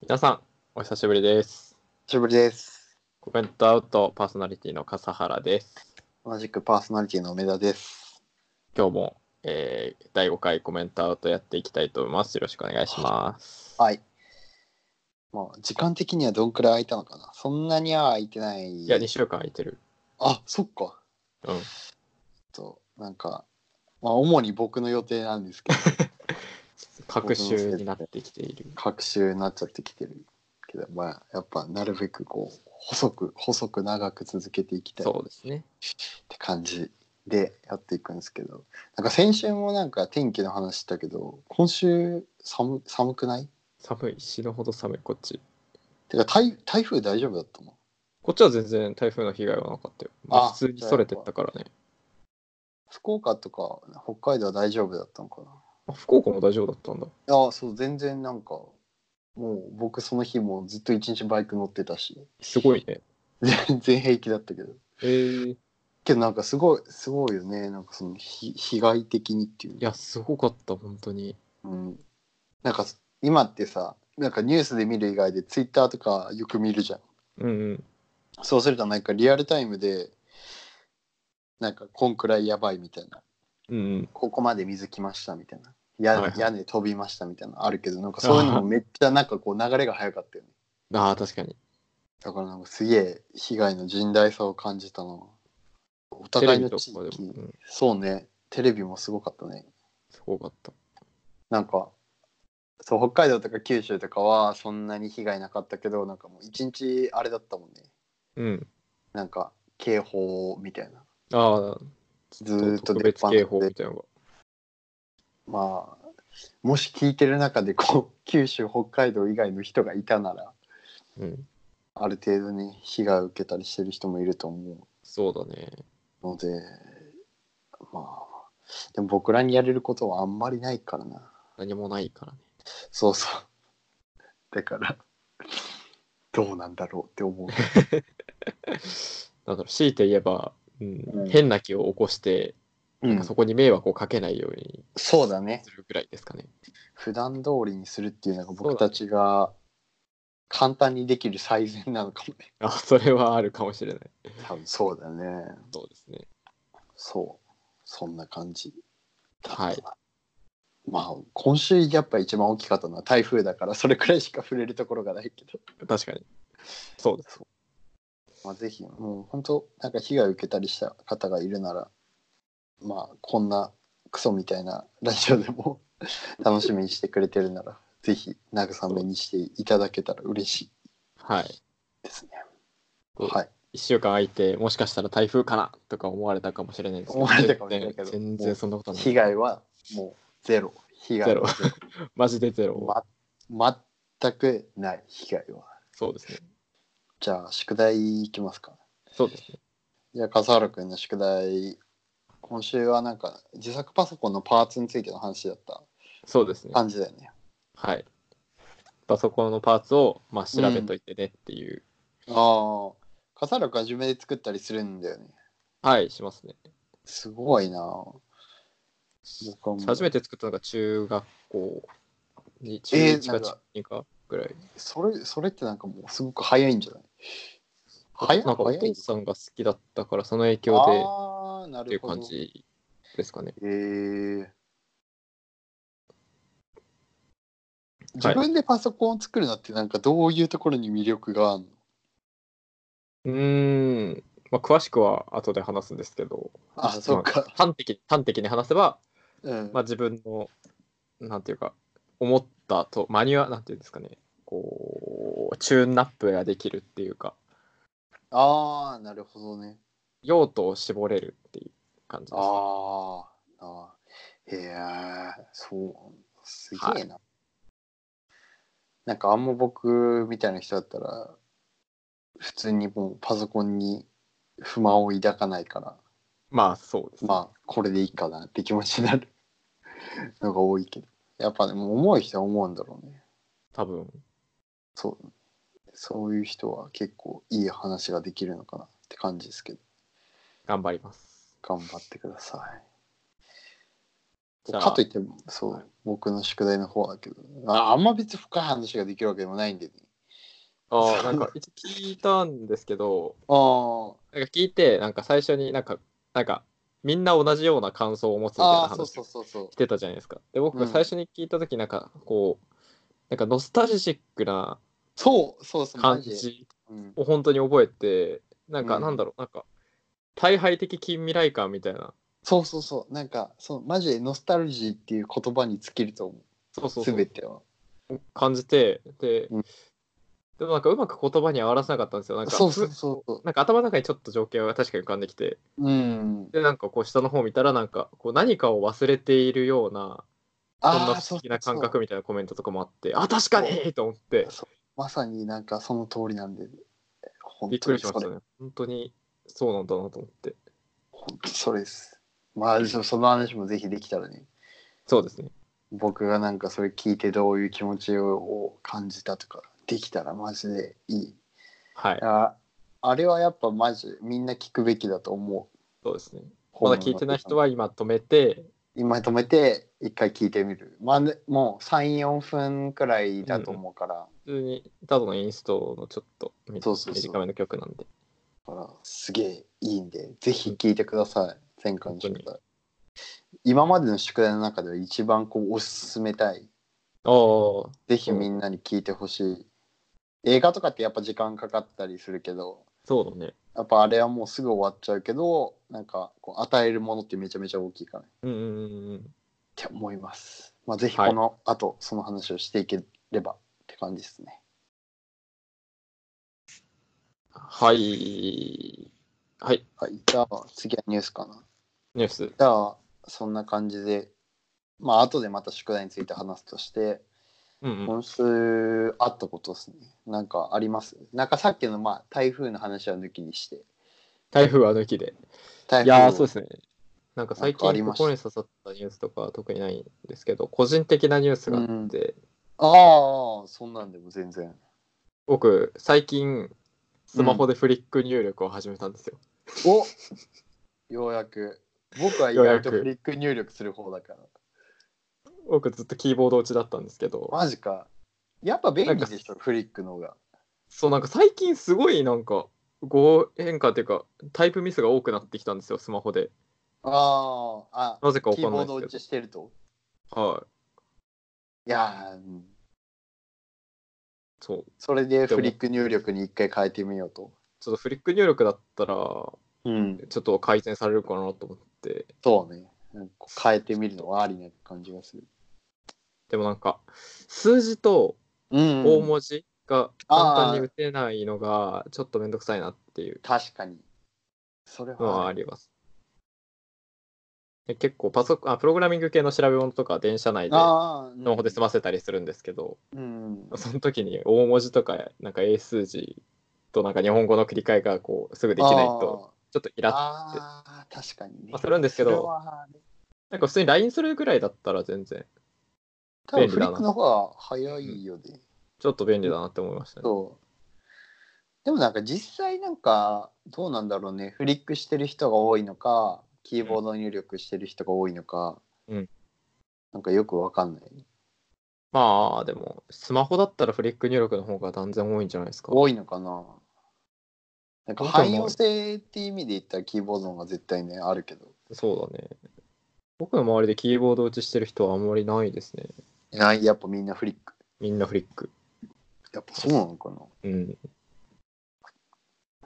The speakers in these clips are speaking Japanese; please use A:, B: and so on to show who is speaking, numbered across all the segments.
A: 皆さん、お久しぶりです。
B: 久しぶりです。
A: コメントアウトパーソナリティの笠原です。
B: 同じくパーソナリティの梅田です。
A: 今日も、えー第5回コメントアウトやっていきたいと思います。よろしくお願いします。
B: はい。まあ、時間的にはどんくらい空いたのかなそんなには空いてない。
A: いや、2週間空いてる。
B: あ、そっか。
A: うん。
B: と、なんか、まあ、主に僕の予定なんで すけど、
A: 各週になってきている。
B: 各週になっちゃってきてるけど、まあ、やっぱ、なるべくこう、細く、細く長く続けていきたいっ
A: そうですね。
B: て感じでやっていくんですけど、なんか先週もなんか天気の話したけど、今週寒、寒くない
A: 寒い。死ぬほど寒い、こっち。
B: てか台、台風大丈夫だったの
A: こっちは全然台風の被害はなかったよ。まあ
B: あ
A: 普通にそれてったからね。
B: 福岡とか北海道は大丈夫だったのか
A: あ福岡も大丈夫だったんだ。
B: なああそう全然なんかもう僕その日もずっと一日バイク乗ってたし
A: すごいね。
B: 全然平気だったけど
A: えー、い
B: けどなんかすごいすごいよねなんかそのひ被害的にっていう
A: や、すごかった、本当に。
B: うん、なんか今ってさなんかニュースで見る以外でツイッターとかよく見るじゃん
A: うんうん。
B: そうするとなんかリアルタイムでなんかこんくらいやばいみたいな
A: うんうん。
B: ここまで水来ましたみたいな。や
A: はいはい
B: 屋根飛びましたみたいなのあるけどなんかそういうのもめっちゃなんかこう流れが早かったよね
A: ああ、確かに。
B: だからなんかすげえ被害の甚大さを感じたなお互いの地
A: テレビとか
B: 域
A: でも、うん、
B: そうねテレビもすごかったね
A: すごかった。
B: なんかそう北海道とか九州とかはそんなに被害なかったけどなんかもう一日あれだったもんね
A: うん。
B: なんか警報みたいな
A: ああ、
B: ずーっと
A: 特
B: 出っ
A: 別
B: 放
A: 警報み
B: で
A: たいなの
B: まあもし聞いてる中でこう九州北海道以外の人がいたなら
A: が。うん。
B: ある程度に被害を受けたりしてる人もいると思
A: そうだね。
B: うのでまあでも僕らにやれることはあんまりないからな
A: 何もないからね。
B: そうそうだからどうなんだろうって思う
A: だから強いて言えば、うん
B: うん
A: 変な気を起こして、
B: う
A: なんかそこに迷惑をかけないように
B: そうだね
A: するぐらいですかね。
B: 普段通りにするっていうのが
A: そう
B: 僕
A: だね
B: たちが簡単にできる最善なのかもね
A: あそれはあるかもしれない。
B: 多分そうだね
A: そうですね。
B: そうそんな感じ
A: はい。
B: まあ今週やっぱ一番大きかったのは台風だからそれくらいしか触れるところがないけど
A: 確かに。そうです。
B: まあ、ぜひ、もう本当、なんか被害を受けたりした方がいるなら、まあ、こんなクソみたいなラジオでも 楽しみにしてくれてるなら、ぜひ慰めにしていただけたら嬉しい
A: はい。
B: ですね。
A: うん
B: はい。
A: 1週間空いて、もしかしたら台風かなとか思われたかもしれないですけど、
B: 思われたかもしれないけど
A: 全然全然そんなことはない。
B: 被害はもうゼロ。被害はゼ
A: マジでゼロ。
B: ロ。 ま、全くない被害は。
A: そうですね。
B: じゃあ、宿題いきますか。
A: そうですね。
B: じゃあ、笠原君の宿題。今週はなんか自作パソコンのパーツについての話だった
A: そうですね。
B: 感じだよね。
A: はい。パソコンのパーツを、まあ、調べといてねっていう。
B: ああ、笠原君は自分で作ったりするんだよね。
A: はい、しますね。
B: すごいな。僕はもう
A: 初めて作ったのが中学校に、中
B: えー
A: 1か
B: なん
A: 中
B: か
A: 2かぐらい。
B: それ、それってなんかもうすごく早いんじゃない早い
A: なんかお
B: 早い
A: 父さんが好きだったから、その影響でっ
B: ああ、な
A: てい
B: る
A: う
B: ほ
A: 感
B: ど。え
A: じですかね。
B: え自分でパソコンを作るのってなんかどういうところに魅力がある
A: う
B: の、
A: ーん。まあ、詳しくは後で話すんですけど、
B: あ、そっか。
A: 端的端的に話せば、
B: うん。
A: まあ、自分の、なんていうか、思ったと、マニュア、なんていうんですかね、こう、チューンナップができるっていうか、
B: ああ、なるほどね。
A: 用途を絞れるっていう感じです。
B: あーあー、へえ、そう、すげえな。なんかあんま僕みたいな人だったら、普通にもうパソコンに不満を抱かないから、
A: まあそうですね。
B: まあこれでいいかなって気持ちになる のが多いけど、やっぱでも重い人は思うんだろうね。
A: 多分。
B: そう、そういう人は結構いい話ができるのかなって感じですけど、
A: 頑張ります。
B: 頑張ってください。
A: じゃあ
B: かといってもそう、僕の宿題の方だけどああんま別に深い話ができるわけでもないんでね
A: ああ、なんか一応聞いたんですけど、
B: あ
A: なんか聞いて、なんか最初になんか、なんか、みんな同じような感想を持つみたいな
B: あーそ
A: 話
B: うそう
A: を
B: そうそう
A: してたじゃないですか。で、僕
B: う
A: が
B: ん
A: 最初に聞いたとき、なんかこう、なんかノスタルジックな
B: そうそうそうマ
A: 感
B: ジで、
A: じ
B: うん、
A: を本当に覚えて、なん
B: う
A: か
B: ん
A: なんだろう、なんか、大敗的近未来感みたいな。
B: そうそうそうなんかそうマジでノスタルジーっていう言葉に尽きると思
A: そうそううそう
B: 全ては
A: 感じてで、
B: うん
A: でもなんかうまく言葉には表せなかったんですよなんか
B: そうそうそうそう
A: なんか頭の中にちょっと情景が確かに浮かんできて
B: うん
A: でなんかこう下の方見たらなんかこう何かを忘れているようなそんな
B: あー
A: 不
B: そう
A: 思議な感覚みたいなコメントとかもあってあ確かにと思って
B: まさになんかその通りなんで本
A: びっ
B: 当
A: く
B: に
A: りし
B: そ
A: ました
B: れ
A: ね本当にそうなんだなと思って
B: 本当それですまあそその話もぜひできたらね
A: そうですね
B: 僕がなんかそれ聞いてどういう気持ちを感じたとかできたらマジでいい
A: はい
B: ああれはやっぱマジみんな聞くべきだと思う
A: そうですねまだ聞いてない人は今止めて
B: 今止めて一回聞いてみるまあねもう34分くらいだと思うから,、
A: 普通にダドのインストのちょっとみ
B: そうそうそう
A: 短めの曲なんで
B: からすげえいいんでぜひ聞いてください前回の宿
A: 本当
B: 題今までの宿題の中では一番こうおすすめたい
A: ああ
B: ぜひみんなに聞いてほしい映画とかってやっぱ時間かかったりするけど
A: そうだね
B: やっぱあれはもうすぐ終わっちゃうけどなんかこう与えるものってめちゃめちゃ大きいからね
A: うんうんうんうん
B: って思います。まあ、ぜひ
A: はい
B: この後、その話をしていければって感じですね。
A: はい。はい、
B: はい、じゃあ次はニュースかな。
A: ニュース。
B: じゃあそんな感じで、まあ後でまた宿題について話すとして、
A: うんうん。
B: 今週あったことですね。なんかありますなんかさっきのまあ台風の話は抜きにして。
A: 台風は抜きで。
B: 台
A: いやー、そう
B: 風
A: ですね。なんか最
B: なんかあり
A: 近
B: ました
A: 心に刺さったニュースとかは特にないんですけど、個人的なニュースがあって、
B: ああ、そんなんでも全然。
A: 僕、最近、スマホでフリック入力を始めたんですよ。
B: おようやく。僕は意
A: よう
B: 外
A: や
B: と
A: く
B: フリック入力する方だから。
A: 僕、ずっとキーボード打ちだったんですけど、
B: マジか。やっぱ便利
A: なんか
B: でしょ、フリックの方が。
A: そう、なんか最近すごいなんか、語変化っていうか、タイプミスが多くなってきたんですよ、スマホで。
B: あーあ、
A: なぜかわ
B: キ
A: か
B: ー
A: んない
B: ボード
A: で
B: 打
A: すけ
B: ちしてると。
A: ど。はい。
B: いやー、うん
A: そう。
B: それでフリック入力に一回変えてみようと。
A: ちょっとフリック入力だったら、ちょ
B: うん、
A: っと改善されるかなと思って、
B: そうね。なんか変えてみるのはありな感じがする。
A: でもなんか数字と
B: うん、
A: 大文字が簡単に打てないのがちょっとめんどくさいなっていう
B: 確かに。それ
A: のは
B: は
A: あ
B: ある。
A: ります。で結構パソコンあプログラミング系の調べ物とか電車内でス
B: ああ、
A: マホで済ませたりするんですけど、
B: うん。
A: その時に大文字とかなんか英数字となんか日本語の切り替えがこうすぐできないとちょっとイ
B: あー。
A: ラッ
B: あー確かにね。
A: まあするんですけど
B: それはある
A: なんか普通に LINE するぐらいだったら全然
B: 多分
A: 便
B: フ
A: 利だ
B: リッ
A: な
B: クの方が早いよね。
A: ちょっと便利だなって思いましたね。
B: そう。でもなんか実際なんかどうなんだろうねフリックしてる人が多いのかキーボード入力してる人が多いのか、
A: うん
B: なんかよくわかんない
A: まあでもスマホだったらフリック入力の方が断然多いんじゃないですか。
B: 多いのかななんか
A: どうだろう
B: 汎用性っていう意味で言ったらキーボードの方が絶対ねあるけど
A: そうだね。僕の周りでキーボード打ちしてる人はあんまりないですね。
B: ないやっぱみんなフリック
A: みんなフリック。
B: やっぱそうなのかな
A: うん。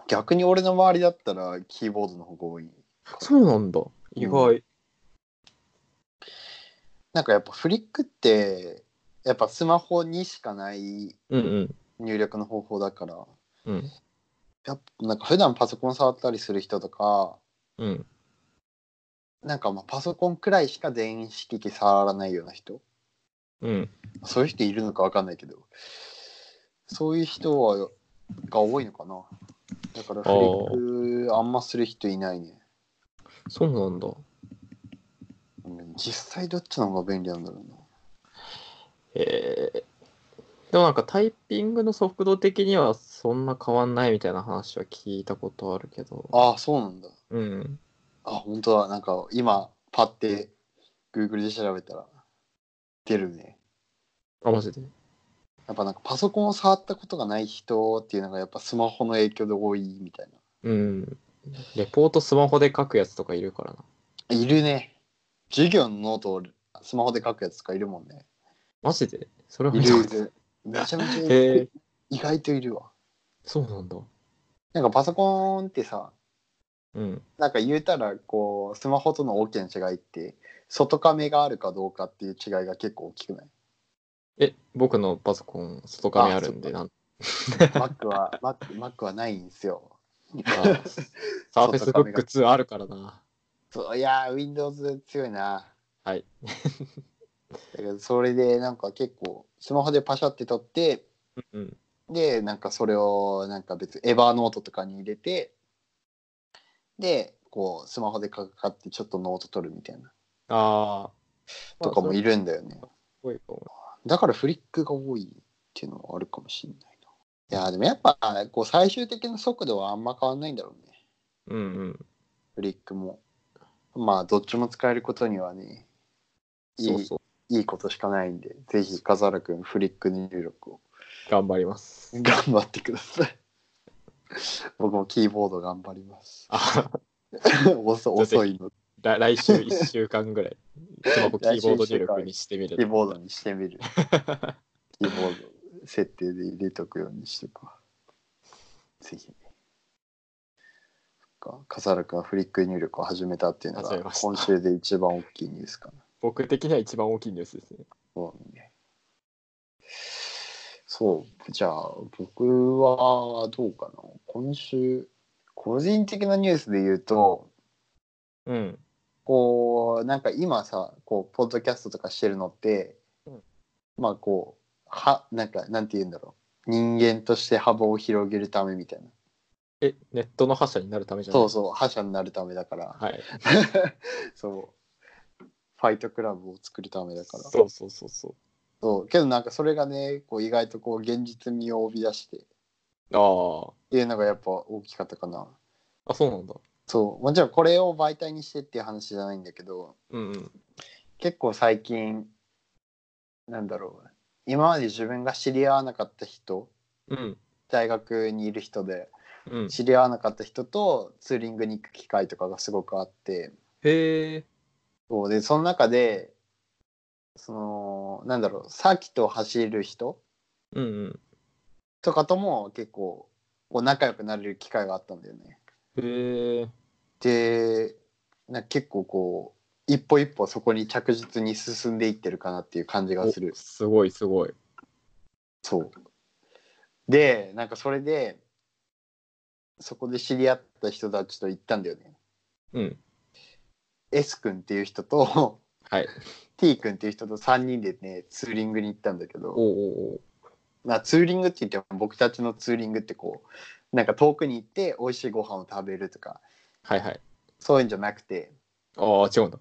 B: 逆に俺の周りだったらキーボードの方が多い
A: そうなんだ。意外。
B: なんかやっぱフリックってやっぱスマホにしかない
A: うんうん。
B: 入力の方法だから
A: うん。
B: やっぱなんか普段パソコン触ったりする人とか
A: うん。
B: なんかまあパソコンくらいしか電子機器触らないような人
A: うん。
B: そういう人いるのかわかんないけどそういう人はが多いのかなだからフリックあんまする人いないね
A: そうなんだ。
B: うん実際どっちの方が便利なんだろうな
A: えー。でもなんかタイピングの速度的にはそんな変わんないみたいな話は聞いたことあるけど。
B: ああそうなんだ
A: うん。
B: あ本当だなんか今パッて Google で調べたら出るね。
A: あ、マジで。
B: やっぱなんかパソコンを触ったことがない人っていうのがやっぱスマホの影響で多いみたい
A: うん。レポートスマホで書くやつとかいるからな。
B: な。いるね。授業のノートをスマホで書くやつとかいるもんね。
A: マジでそれはい見た
B: るい
A: ことない
B: る。めちゃめちゃいる
A: へえ、
B: 意外といるわ。
A: そうなんだ。
B: なんかパソコンってさ、
A: うん。
B: なんか言うたらこうスマホとの大きな違いって外カメがあるかどうかっていう違いが結構大きくない
A: え、僕のパソコン、外紙あるんで、
B: あ
A: なん
B: ?Mac は Mac, Mac はないんで すよ。
A: あサーフェスブック2あるからな。
B: そういやー Windows 強いな。
A: はい。
B: だけどそれでなんか結構スマホでパシャって撮って
A: うん。
B: でなんかそれをなんか別エバーノートとかに入れてでこうスマホでかかってちょっとノート取るみたいな
A: ああ。
B: とか
A: ま
B: も
A: あそれ
B: い
A: っ
B: るんだよね。
A: ぽいかも
B: だからフリックが多いっていうのはあるかもしれないな。いやーでもやっぱこう最終的な速度はあんま変わんないんだろうね。
A: うんうん。
B: フリックも。まあどっちも使えることにはねいい
A: そうそう。
B: いいことしかないんでぜひ笠原くんフリック入力を
A: 頑張ります。
B: 頑張ってください。 僕もキーボード頑張り ます。
A: あ
B: 遅遅いので
A: 来来週1週間 ぐらい、スマホキーボード入力にしてみ
B: キー
A: る。
B: ボードにし てみる。キーボード設定で入れとくようにしてくわ。ぜひ。そっか笠原君はフリック入力を始めたっていうの
A: 始め
B: が
A: ました
B: 今週で一番大きいニュースかな。
A: 僕的には一番大きいニュースですね。
B: そうね。そう、じゃあ僕はどうかな。今週、個人的なニュースで言うと、
A: うん。
B: こう、なんか今さ、こう、ポッドキャストとかしてるのって、
A: うん
B: まあこう、は、なんか、なんて言うんだろう。人間として幅を広げるためみたいな。
A: え、ネットの覇者になるためじゃない
B: そうそう、覇者になるためだから。
A: はい。
B: そう。ファイトクラブを作るためだから。
A: そうそうそうそ
B: そう。けどなんかそれがね、こう意外とこう現実味を帯び出して、
A: う。あ
B: っていうのがやっぱ大きかったかな。
A: あ。あ、そうなんだ。
B: そうもちろんこれを媒体にしてっていう話じゃないんだけど
A: うんうん。
B: 結構最近なんだろう今まで自分が知り合わなかった人
A: うん。
B: 大学にいる人で
A: うん、
B: 知り合わなかった人とツーリングに行く機会とかがすごくあって
A: へえ。
B: そうでその中でそのなんだろうサーキットを走る人
A: うんうん。
B: とかとも結構こう仲良くなれる機会があったんだよね。
A: へえ。
B: でなんか結構こう一歩一歩そこに着実に進んでいってるかなっていう感じがする
A: おすごいすごい。
B: そうでなんかそれでそこで知り合った人たちと行ったんだよね
A: うん。
B: S 君っていう人と
A: はい。
B: T 君っていう人と3人でねツーリングに行ったんだけ
A: お
B: ど
A: うおう
B: まあツーリングって言っても僕たちのツーリングってこうなんか遠くに行って美味しいご飯を食べるとか
A: はいはい。
B: そういうんじゃなくて
A: ああ、違うんだ。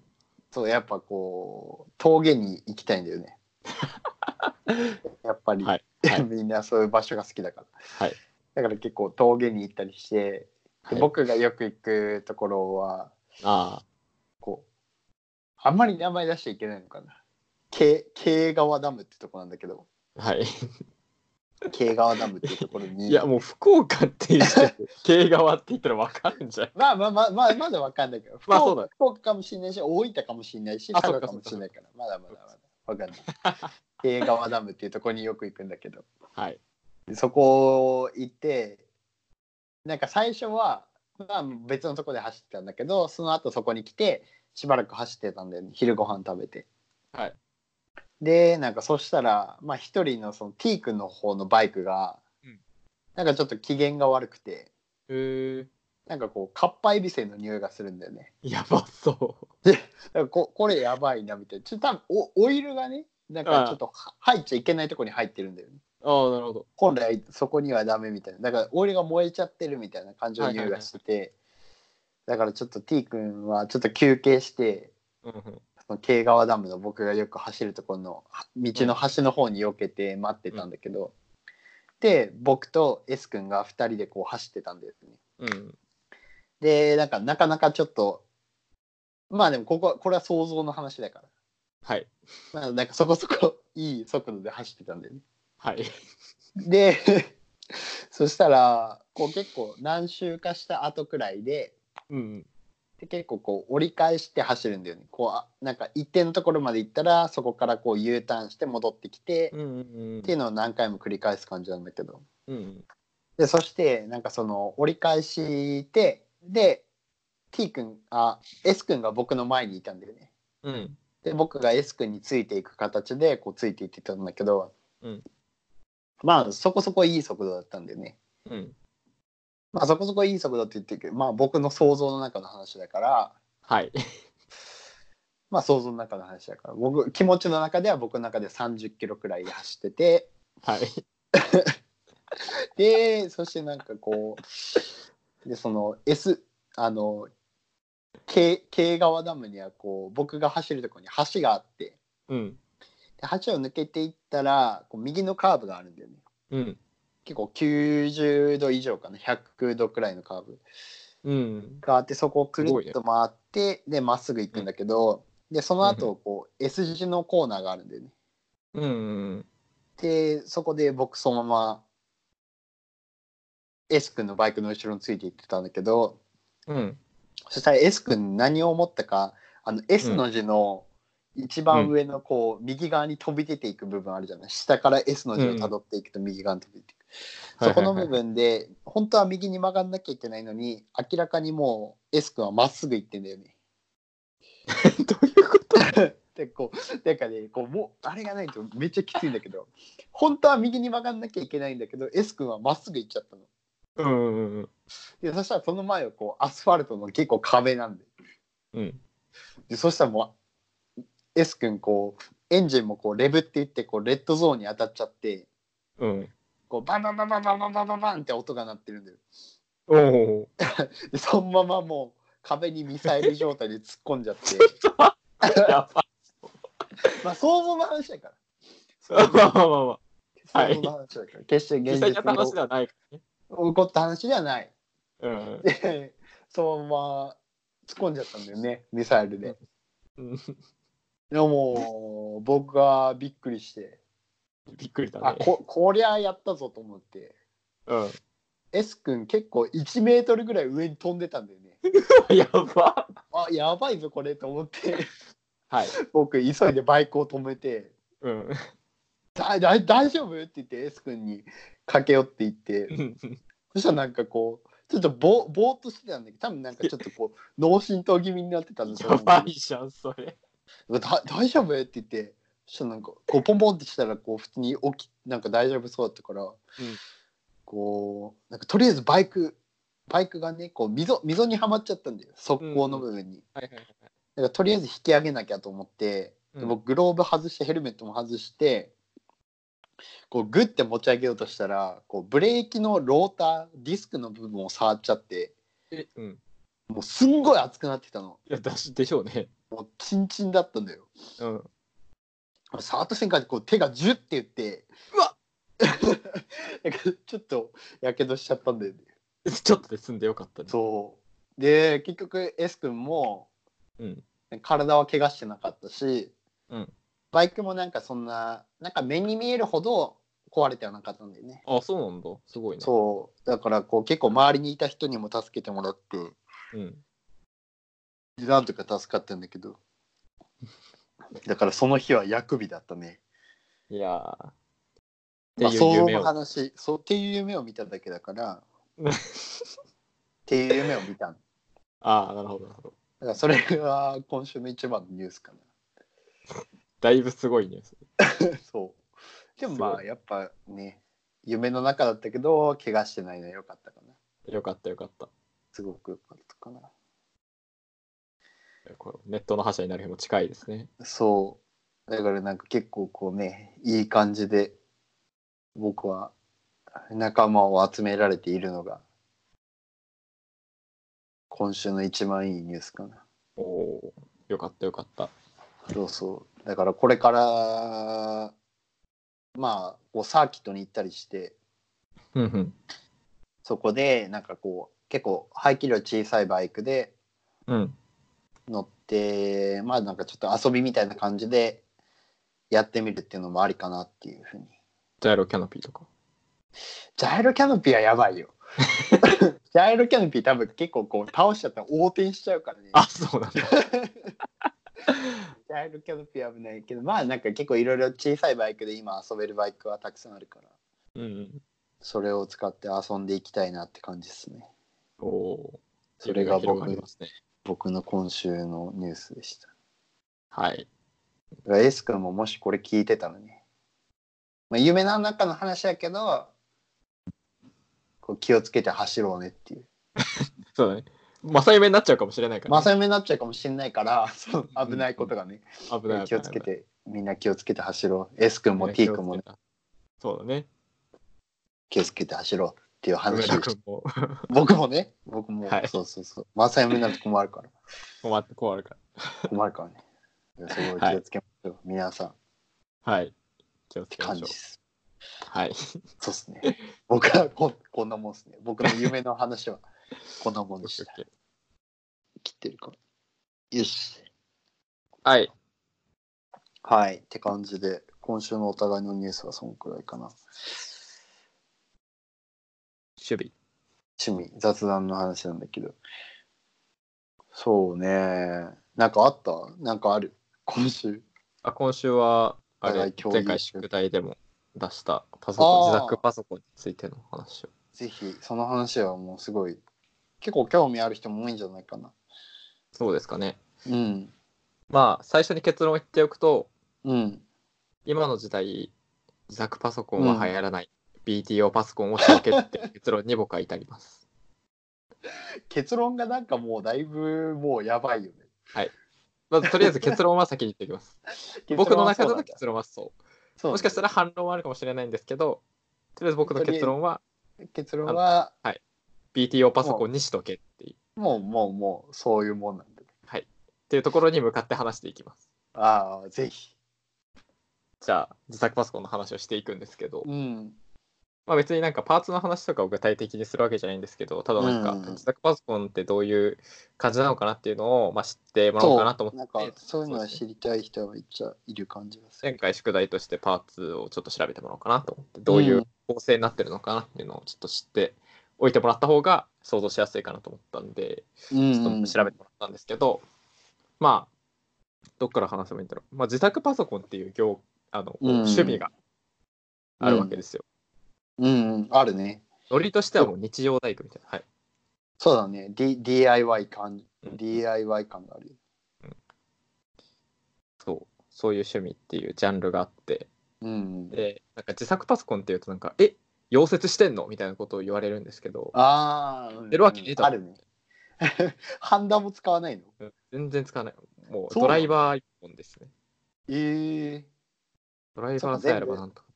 B: そうやっぱこう峠に行きたいんだよ ねやっぱり、
A: はいはい
B: みんなそういう場所が好きだから、
A: はい
B: だから結構峠に行ったりして、で
A: はい
B: 僕がよく行くところは
A: あ
B: こうあんまり名前出しちゃいけないのかな慶慶川ダムってとこなんだ けど
A: あ。はい。
B: 慶川ダムっていうところに
A: いや、もう福岡って言って、慶川って言ったらわかるんじゃん。
B: まあまあまあまあまだわかんないけど福
A: まあ
B: 岡,、
A: そうだ
B: 福岡かもしれないし大分かもしれないし
A: あ
B: 佐
A: そ
B: 賀
A: うか
B: かもしれないからまだまだまだわかんない 慶川ダムっていうところによく行くんだけど
A: はい。
B: でそこ行ってなんか最初は、まあ、別のとこで走ってたんだけどその後そこに来てしばらく走ってたんだよね昼ご飯食べて
A: はい。
B: でなんかそしたら、まあ、一人のその T 君の方のバイクが、
A: うん
B: なんかちょっと機嫌が悪くて
A: へえ。
B: なんかこうかっぱえびせんの匂いがするんだよね
A: やばそう。
B: だからここれやばいなみたいなちょっと多分おオイルがねなんかちょっとは入っちゃいけないとこに入ってるんだよね
A: ああ、なるほど。
B: 本来そこにはダメみたいなだからオイルが燃えちゃってるみたいな感じの匂いがしてて、だからちょっと T 君はちょっと休憩して
A: うんうん。
B: その慶川ダムの僕がよく走るところのは道の端の方に避けて待ってたんだけど、で僕と S 君が2人でこう走ってたんだよね
A: うん。
B: でなんかなかなかちょっとまあでもここはこれは想像の話だから
A: はい。
B: まあ、なんかそこそこいい速度で走ってたんだよね。
A: はい。
B: で そしたらこう結構何周かした後くらいで
A: うん。
B: で結構こう折り返して走るんだよねこうあなんか一定のところまで行ったらそこからこう U ターンして戻ってきて、
A: うんうん
B: っていうのを何回も繰り返す感じなんだけど
A: うん。うん。
B: でそしてなんかその折り返してで T 君あ S 君が僕の前にいたんだよね。
A: うん。
B: で僕が S 君についていく形でこうついていってたんだけど、
A: うん
B: まあそこそこいい速度だったんだよね。
A: うん。
B: まあそこそこいい速度って言ってるけどまあ僕の想像の中の話だから
A: はい。
B: まあ想像の中の話だから僕気持ちの中では僕の中で30キロくらいで走ってて
A: はい。
B: でそしてなんかこうでその S あの K, K 川ダムにはこう僕が走るところに橋があって
A: うん。
B: で橋を抜けていったらこう右のカーブがあるんだよね。
A: うん。
B: 結構90度以上かな100度くらいのカーブ
A: うん。
B: があってそこをくる
A: すごい
B: っ
A: ね
B: と回って、でまっすぐ行くんだけど、でその後こう S 字のコーナーがあるんだよね。
A: うんうん。
B: でそこで僕そのまま S 君のバイクの後ろについて行ってたんだけど
A: うん。
B: そしたら S 君何を思ったかあの S の字の一番上のこう右側に飛び出ていく部分あるじゃない下から S の字をたどっていくと右側に飛び出ていく。そこの部分で本当は右に曲がんなきゃいけないのに明らかにもう S 君はまっすぐ行ってんだよね。
A: どういうこと
B: でこうなんかねこうもうあれがないとめっちゃきついんだけど本当は右に曲がんなきゃいけないんだけど S 君はまっすぐ行っちゃったの。
A: うんうん
B: でそしたらその前をこうアスファルトの結構壁なんで
A: うん。
B: でそしたらもう S 君こうエンジンもこうレブっていってこうレッドゾーンに当たっちゃって
A: うん。
B: こうバンバンバンバンバンバンバンバンバンって音が鳴ってるんだよ。
A: おお。
B: でそのままもう壁にミサイル状態で突っ込ん じゃって。
A: やば。
B: まあ想像の話だか
A: ま
B: ら。
A: あまあまあまあ。はい
B: 想像の話だから。決して現
A: 実
B: 実
A: 際
B: に
A: にやった話ではないからね。
B: 起こった話ではない。
A: うん。
B: で、そのまま突っ込んじゃったんだよね、ミサイルで。
A: うん
B: でももう僕がびっくりして、
A: びっくりだ
B: あ
A: ね。
B: ここりゃやったぞと思って、
A: うん。
B: S 君結構1メートルぐらい上に飛んでたんだよね。
A: やば。
B: あやばいぞこれと思って、
A: はい。
B: 僕急いでバイクを止めて、
A: うん。
B: だだ大丈夫って言って S 君に駆け寄っていって。そしたらなんかこうちょっとぼぼーっとしてたんだけど多分なんかちょっとこう脳震盪気味になってたんだと思
A: や
B: うんだ
A: ば
B: け
A: いじゃん、それ。
B: どだ大丈夫って言ってそしたらなんかこうポンポンってしたらこう普通に起きなんか大丈夫そうだったから、こうなんかとりあえずバイクバイクがねこう溝溝にはまっちゃったんだよ側溝の部分に、
A: はいはいはい。
B: だからとりあえず引き上げなきゃと思って、で
A: うん
B: 僕グローブ外してヘルメットも外してこうグッて持ち上げようとしたらこうブレーキのローターディスクの部分を触っちゃって。
A: え、うん。
B: もうすんごい熱くなってたの。
A: いや、だしでしょうね。
B: もうチンチンだったんだよ。
A: うん。
B: 触った瞬間にこう手がジュって言って、
A: うわ
B: なんかちょっとやけどしちゃったんだよね。
A: ちょっとで済んでよかったね。
B: そう。で、結局 S 君も
A: うん。
B: 体は怪我してなかったし、
A: うん
B: バイクもなんかそんな、なんか目に見えるほど壊れてはなかったんだよね。
A: あ、そうなんだ。すごいね。
B: そう。だからこう結構周りにいた人にも助けてもらって、
A: うん。
B: なんとか助かったんだけど。だからその日は薬日だったね。
A: いやー。っ
B: まあ、
A: てい
B: そうう
A: 夢
B: の
A: を。
B: 話そうっていう夢を見ただけ だから
A: うん
B: っていう夢を見たの
A: ああ、なるほど、なるほど。
B: だからそれが今週の一番のニュースか
A: だいぶすごいね。
B: な そうでもますあ
A: ご
B: やっぱね夢の中だったけど怪我してないのは良かったかな
A: よかった、よかった。
B: すごく良かったかな
A: こうネットの覇者になる日も近いですね。
B: そうだからなんか結構こうねいい感じで僕は仲間を集められているのが今週の一番いいニュースかな
A: おおー。よかった、よかった。
B: そうそう。だからこれから、まあ、こうサーキットに行ったりして、
A: うんうん。
B: そこで、なんかこう、結構排気量小さいバイクで
A: うん。
B: 乗っでまあなんかちょっと遊びみたいな感じでやってみるっていうのもありかなっていうふうに
A: ジャイロキャノピーとか。
B: ジャイロキャノピーはやばいよジャイロキャノピー多分結構こう倒しちゃったら横転しちゃうからね
A: あ、そうなんだ。
B: ジャイロキャノピーは危ないけどまあなんか結構いろいろ小さいバイクで今遊べるバイクはたくさんあるから
A: うん。
B: それを使って遊んでいきたいなって感じですね
A: おおー。
B: それが
A: 広
B: 僕
A: がりますね。
B: 僕の今週のニュースでした
A: はい。
B: だからエース君ももしこれ聞いてたらね、まあ、夢の中の話やけどこう気をつけて走ろうねっていう
A: そうだね。正夢になっちゃうかもしれないから、
B: 正夢になっちゃうかもしれないから そう危ないことがね
A: 危ない危ない。
B: 気をつけてみんな気をつけて走ろう S 君
A: 危な
B: も
A: い。
B: T 君もね
A: 気をつけたそうだね。
B: 気をつけて走ろうっていう
A: 上
B: 話
A: 田
B: をし
A: 君も
B: 僕もね僕も、
A: はい
B: そうそうそう正夢になると困るから
A: 困って困るか
B: 困るからねいやすごい
A: はい
B: 気をつけましょう、皆さんっ
A: ら。はい。気をつ
B: て
A: けま
B: 感
A: し
B: じ
A: ょう
B: で。す
A: はい。
B: そうっすね 僕はここんなもんっすね僕の夢の話はこんなもんでした 切ってるかよし
A: はい。
B: はいって感じで今週のお互いのニュースはそんくらいかな
A: 守備。
B: 趣味雑談の話なんだけどそうねなんかあったなんかある今週
A: あ今週は、あ
B: お互い
A: れ、
B: 共有
A: 前回
B: し
A: 宿題でも出したパソコン、
B: あー
A: 自作パソコンについての話を。
B: ぜひその話はもうすごい結構興味ある人も多いんじゃないかな
A: そうですかね。
B: うん
A: まあ、最初に結論を言っておくと、
B: うん
A: 今の時代、自作パソコンは流行らない。BTO パソコンを仕分けるっていう結論に僕は至ります。
B: 結論がなんかもうだいぶもうやばいよね
A: まず、とりあえず結論は先に言っておきます。僕の中での結論はそう。もしかしたら反論はあるかもしれないんですけど、とりあえず僕の結論は
B: ら結論は
A: BTO パソコンにしとけっていう
B: もうもうもうそういうもんなんだ
A: っていうところに向かって話していきます。
B: ああぜひ
A: じゃあ、自作パソコンの話をしていくんですけど、
B: うん
A: まあ、別になんかパーツの話とかを具体的にするわけじゃないんですけどただなんか
B: うん
A: 自作パソコンってどういう感じなのかなっていうのを、まあ、知ってもらおうかなと思
B: なん
A: って
B: かそういうのは
A: そ
B: 知りたい人はいっちゃいる感じがす
A: 前
B: る
A: 回宿題としてパーツをちょっと調べてもらおうかなと思ってどういう構成になってるのかなっていうのをちょっと知っておいてもらった方が想像しやすいかなと思ったんでちょっと調べてもらったんですけど、まあどっから話せばいいんだろう、まあ、自作パソコンっていう業あの、
B: うん
A: 趣味があるわけですよ。
B: うん、うん、あるね
A: ノリとしてはもう日曜大工みたいな。はい
B: そうだね、D、DIY 感
A: うん
B: DIY 感があるよ
A: そうそういう趣味っていうジャンルがあって
B: うん
A: でなんか自作パソコンっていうとなんか「え溶接してんの?」みたいなことを言われるんですけど
B: ああ、うん
A: 出るわけねえだろ
B: あるね ハンダも使わないの
A: 全然使わないもうド
B: そうなの
A: ライバー一本ですね
B: ええ
A: ドライバーさえあればなんとか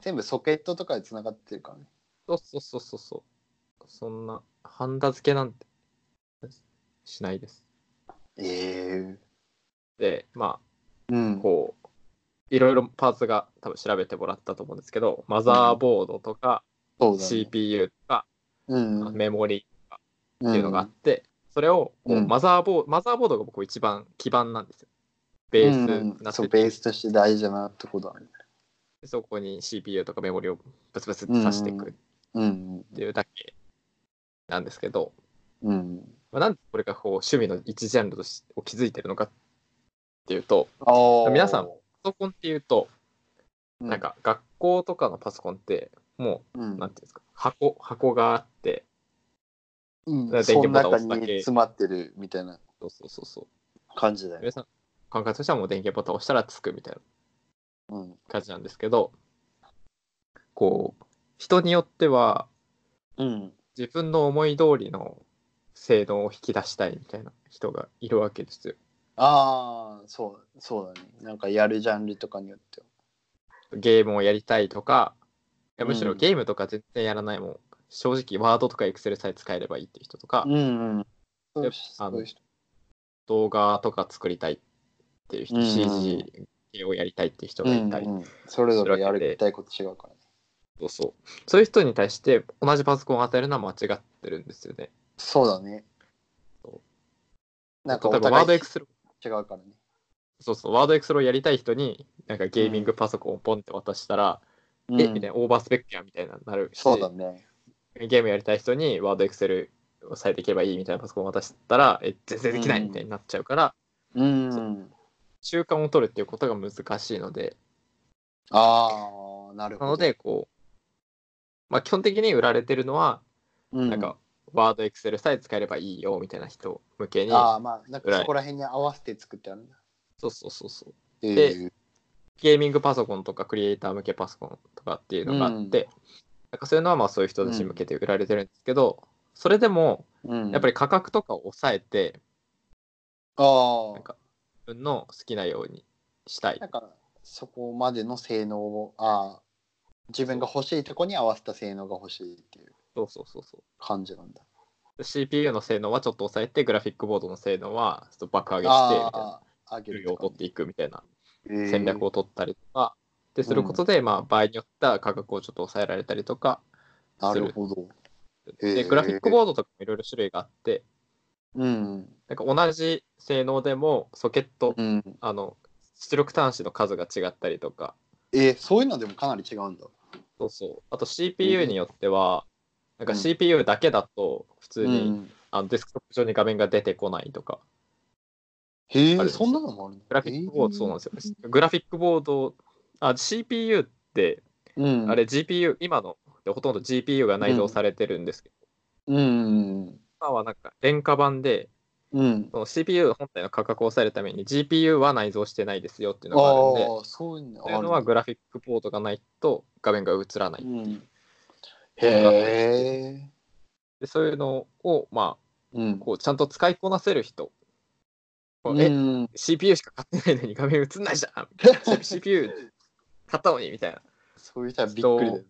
B: 全部ソケットとかでつながってるからね
A: そうそうそうそうそうそんなハンダ付けなんてしないです
B: え
A: でま
B: えう
A: あ
B: ん
A: こういろいろパーツが多分調べてもらったと思うんですけどマザーボードとか
B: そうだ、ね、
A: CPU とか
B: うんうん
A: メモリ
B: うん
A: っていうのがあって、それをこう
B: うん
A: マザーボード、マザーボードが僕一番基盤なんですよ。ベースに
B: う、
A: なんってて、
B: そうベースとして大事なとこだね
A: そこに CPU とかメモリをブツブツって挿していくっ
B: うん
A: ていうだけなんですけど、
B: うん
A: まあ、なんでこれがこう趣味の一ジャンルとしを築いてるのかっていうと
B: あー
A: 皆さんパソコンっていうと、
B: う
A: なんか学校とかのパソコンっても
B: う
A: うんなんていうんですか箱箱があって
B: う
A: 電
B: ん、そ
A: 源
B: の
A: ボタン
B: 中
A: 押すだけ
B: に詰まってるみたいな
A: そうそうそうそう
B: 感じだよね
A: 皆さん感覚としてはもう電源ボタン押したらつくみたいな
B: うん
A: 感じなんですけどこう人によっては
B: うん
A: 自分の思い通りの性能を引き出したいみたいな人がいるわけですよ。
B: ああそうそうだねなんかやるジャンルとかによっては
A: ゲームをやりたいとかいやむしろ
B: うん
A: ゲームとか全然やらないもん、正直ワードとかエクセルさえ使えればいいっていう人とか、
B: うんうんそういう
A: あの
B: そういう人
A: 動画とか作りたいっていう人、
B: うん
A: CG 系をやりたいっていう人がいたり、
B: うんうんそれぞれやりたいこと違うからね
A: そうそうそういう人に対して同じパソコンを与えるのは間違ってるんですよね。
B: そうだね
A: そ
B: なんか
A: 例え
B: お
A: ばワード
B: 互
A: エ
B: い
A: クセル
B: 違うからね。
A: そうそう、ワードエクセルをやりたい人に、なんかゲーミングパソコンをポンって渡したら、えみたいな、オーバースペックやみたいななるし、
B: そうだね。
A: ゲームやりたい人にワードエクセルをさえていけばいいみたいなパソコンを渡したら、え、全然できないみたいになっちゃうから、
B: うん。
A: 中間を取るっていうことが難しいので、
B: ああ、なるほ
A: な
B: ど。
A: の、で、こう、まあ、基本的に売られてるのは、
B: うん、
A: なんか、ワードエクセルさえ使えればいいよみたいな人向けに、
B: ああ、まあ、なんかそこら辺に合わせて作ってあるんだ。
A: そうそうそうそう。
B: ええ
A: ゲーミングパソコンとかクリエイター向けパソコンとかっていうのがあって、なんかそういうのはまあそういう人たち向けて売られてるんですけど、それでも
B: うん、
A: やっぱ
B: り、
A: り価格とかを抑えて
B: ああ
A: なん、か自分の好きなようにしたい
B: なんかそこまでの性能をああ自分が欲しいとこに合わせた性能が欲しいっていう
A: そうそうそうそう
B: 感じなんだ。
A: で CPU の性能はちょっと抑えてグラフィックボードの性能はちょっと爆上げしてみたいな
B: ああ、あげ
A: 給
B: る
A: 料を取っていくみたいな
B: て
A: 戦略を取ったりとか、ですることで、まあ場合によっては価格をちょっと抑えられたりとか
B: なるほど。へ
A: で
B: ー
A: グラフィックボードとかもいろいろ種類があって
B: うん。
A: なんか同じ性能でもソケット、
B: うん、
A: あの出力端子の数が違ったりとか
B: えーそういうのでもかなり違うんだ。
A: そうそうあと CPU によっては、なん
B: う
A: か
B: ん
A: CPU だけだと普通に、
B: うん、
A: あのデスクトップ上に画面が出てこないとかあ
B: へ
A: るん
B: え、
A: ですよ
B: そんなのもあるの
A: グラフィックボードそうなんですよ、グラフィックボードあ CPU って
B: うん、
A: あれ GPU、今のでほとんど GPU が内蔵されてるんですけど、
B: うん。
A: 今はなんか廉価版で
B: うん。
A: その CPU 本体の価格を抑えるために GPU は内蔵してないですよっていう
B: ああ
A: のがあるんで
B: ー、そういうの
A: と
B: あ
A: いう
B: る
A: のは
B: んだ
A: グラフィックボードがないと画面が映らない、
B: うん、へえ。
A: でそういうのを、ま
B: うん
A: あ、。こうちゃんと使いこなせる人、こう
B: う
A: え
B: ん
A: CPU しか買ってないのに画面映んないじゃ んみたいな CPU 買ったのにみたい
B: そういう人はびっくりだよ。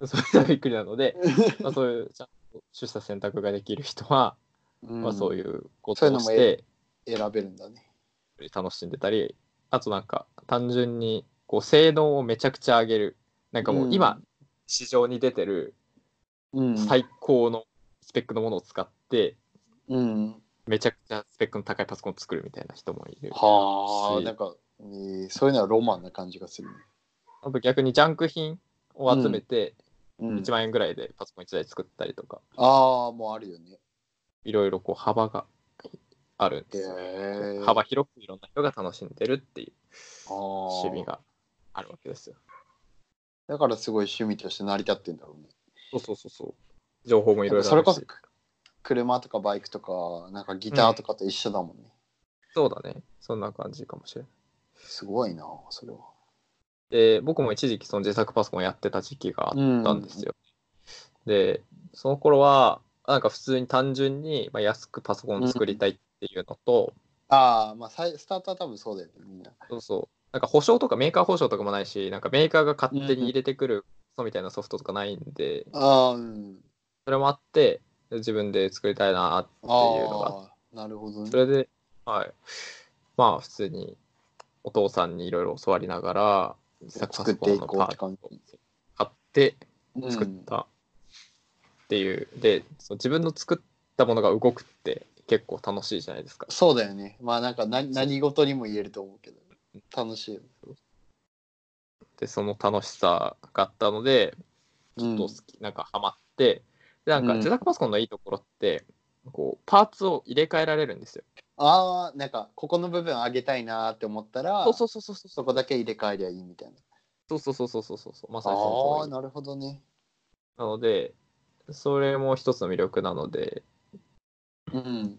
A: なそういうのがびっくりなの で、まあ、そういうちゃんと取捨選択ができる人は、まあ、そう
B: う
A: いうこ
B: そうい
A: と
B: うの
A: を
B: も
A: して
B: ん選べるんだね。
A: 楽しんでたりあとなんか単純にこう性能をめちゃくちゃ上げるなんかもう今、
B: うん
A: 市場に出てる
B: うん。
A: 最高のスペックのものを使って、
B: うん。
A: めちゃくちゃスペックの高いパソコンを作るみたいな人もいる。
B: はあ、
A: し
B: なんか、えーそういうのはロマンな感じがするね。
A: あと逆にジャンク品を集めて
B: うん
A: 1万円ぐらいでパソコン1台作ったりとか、
B: ああ、もうあるよね。
A: いろいろこう幅があるん
B: へ
A: ですよ。
B: え。
A: 幅広くいろんな人が楽しんでるっていう
B: 趣
A: 趣味。があるわけですよ。
B: だからすごい趣味として成り立ってんだろうね。
A: そうそうそうそう。情報もいろいろあるし。
B: それこそ車とかバイクとか、なんかギターとかと一緒だもんね。
A: そうだね。そんな感じかもしれない。
B: すごいな、それは。
A: で、僕も一時期その自作パソコンやってた時期があってったんですよ。で、その頃は、なんか普通に単純に、まあ、安くパソコン作りたいっていうのと、
B: ああ、まあさいスタートは多分そうだよね、みんな。
A: そうそう、なんか保証とかメーカー保証とかもないし、なんかメーカーが勝手に入れてくるそうみたいなソフトとかないんで、
B: ああ、うん。
A: それもあって、自分で作りたいなっていうのがあって、
B: ああ、なるほ
A: そ
B: どね。
A: れで、はい。まあ、普通にお父さんにいろいろ教わりながら、自作パ
B: 作っ
A: ソコ
B: て
A: ン
B: い
A: の
B: こ
A: パ
B: う
A: ー
B: って
A: ツを
B: 感じ。
A: 買って、
B: うん
A: 作ったっていう、でそう自分の作ったものが動くって結構楽しいじゃないですか
B: そうだよね。まあなんか何何事にも言えると思うけど、楽しいよね。
A: でその楽しさがあったのでちょっと好き、なんかハマってでなんか
B: うん
A: 自宅パソコンのいいところってこうパーツを入れ替えられるんですよ、
B: ああ、なんかここの部分上げたいなーって思ったら、
A: そうそうそうそう
B: そこだけ入れ替えりゃいいみたいな。
A: そうそうそうそうそうそうそうまさにその
B: ああ、
A: 通り
B: なるほどね。
A: なのでそれも一つの魅力なので
B: うん。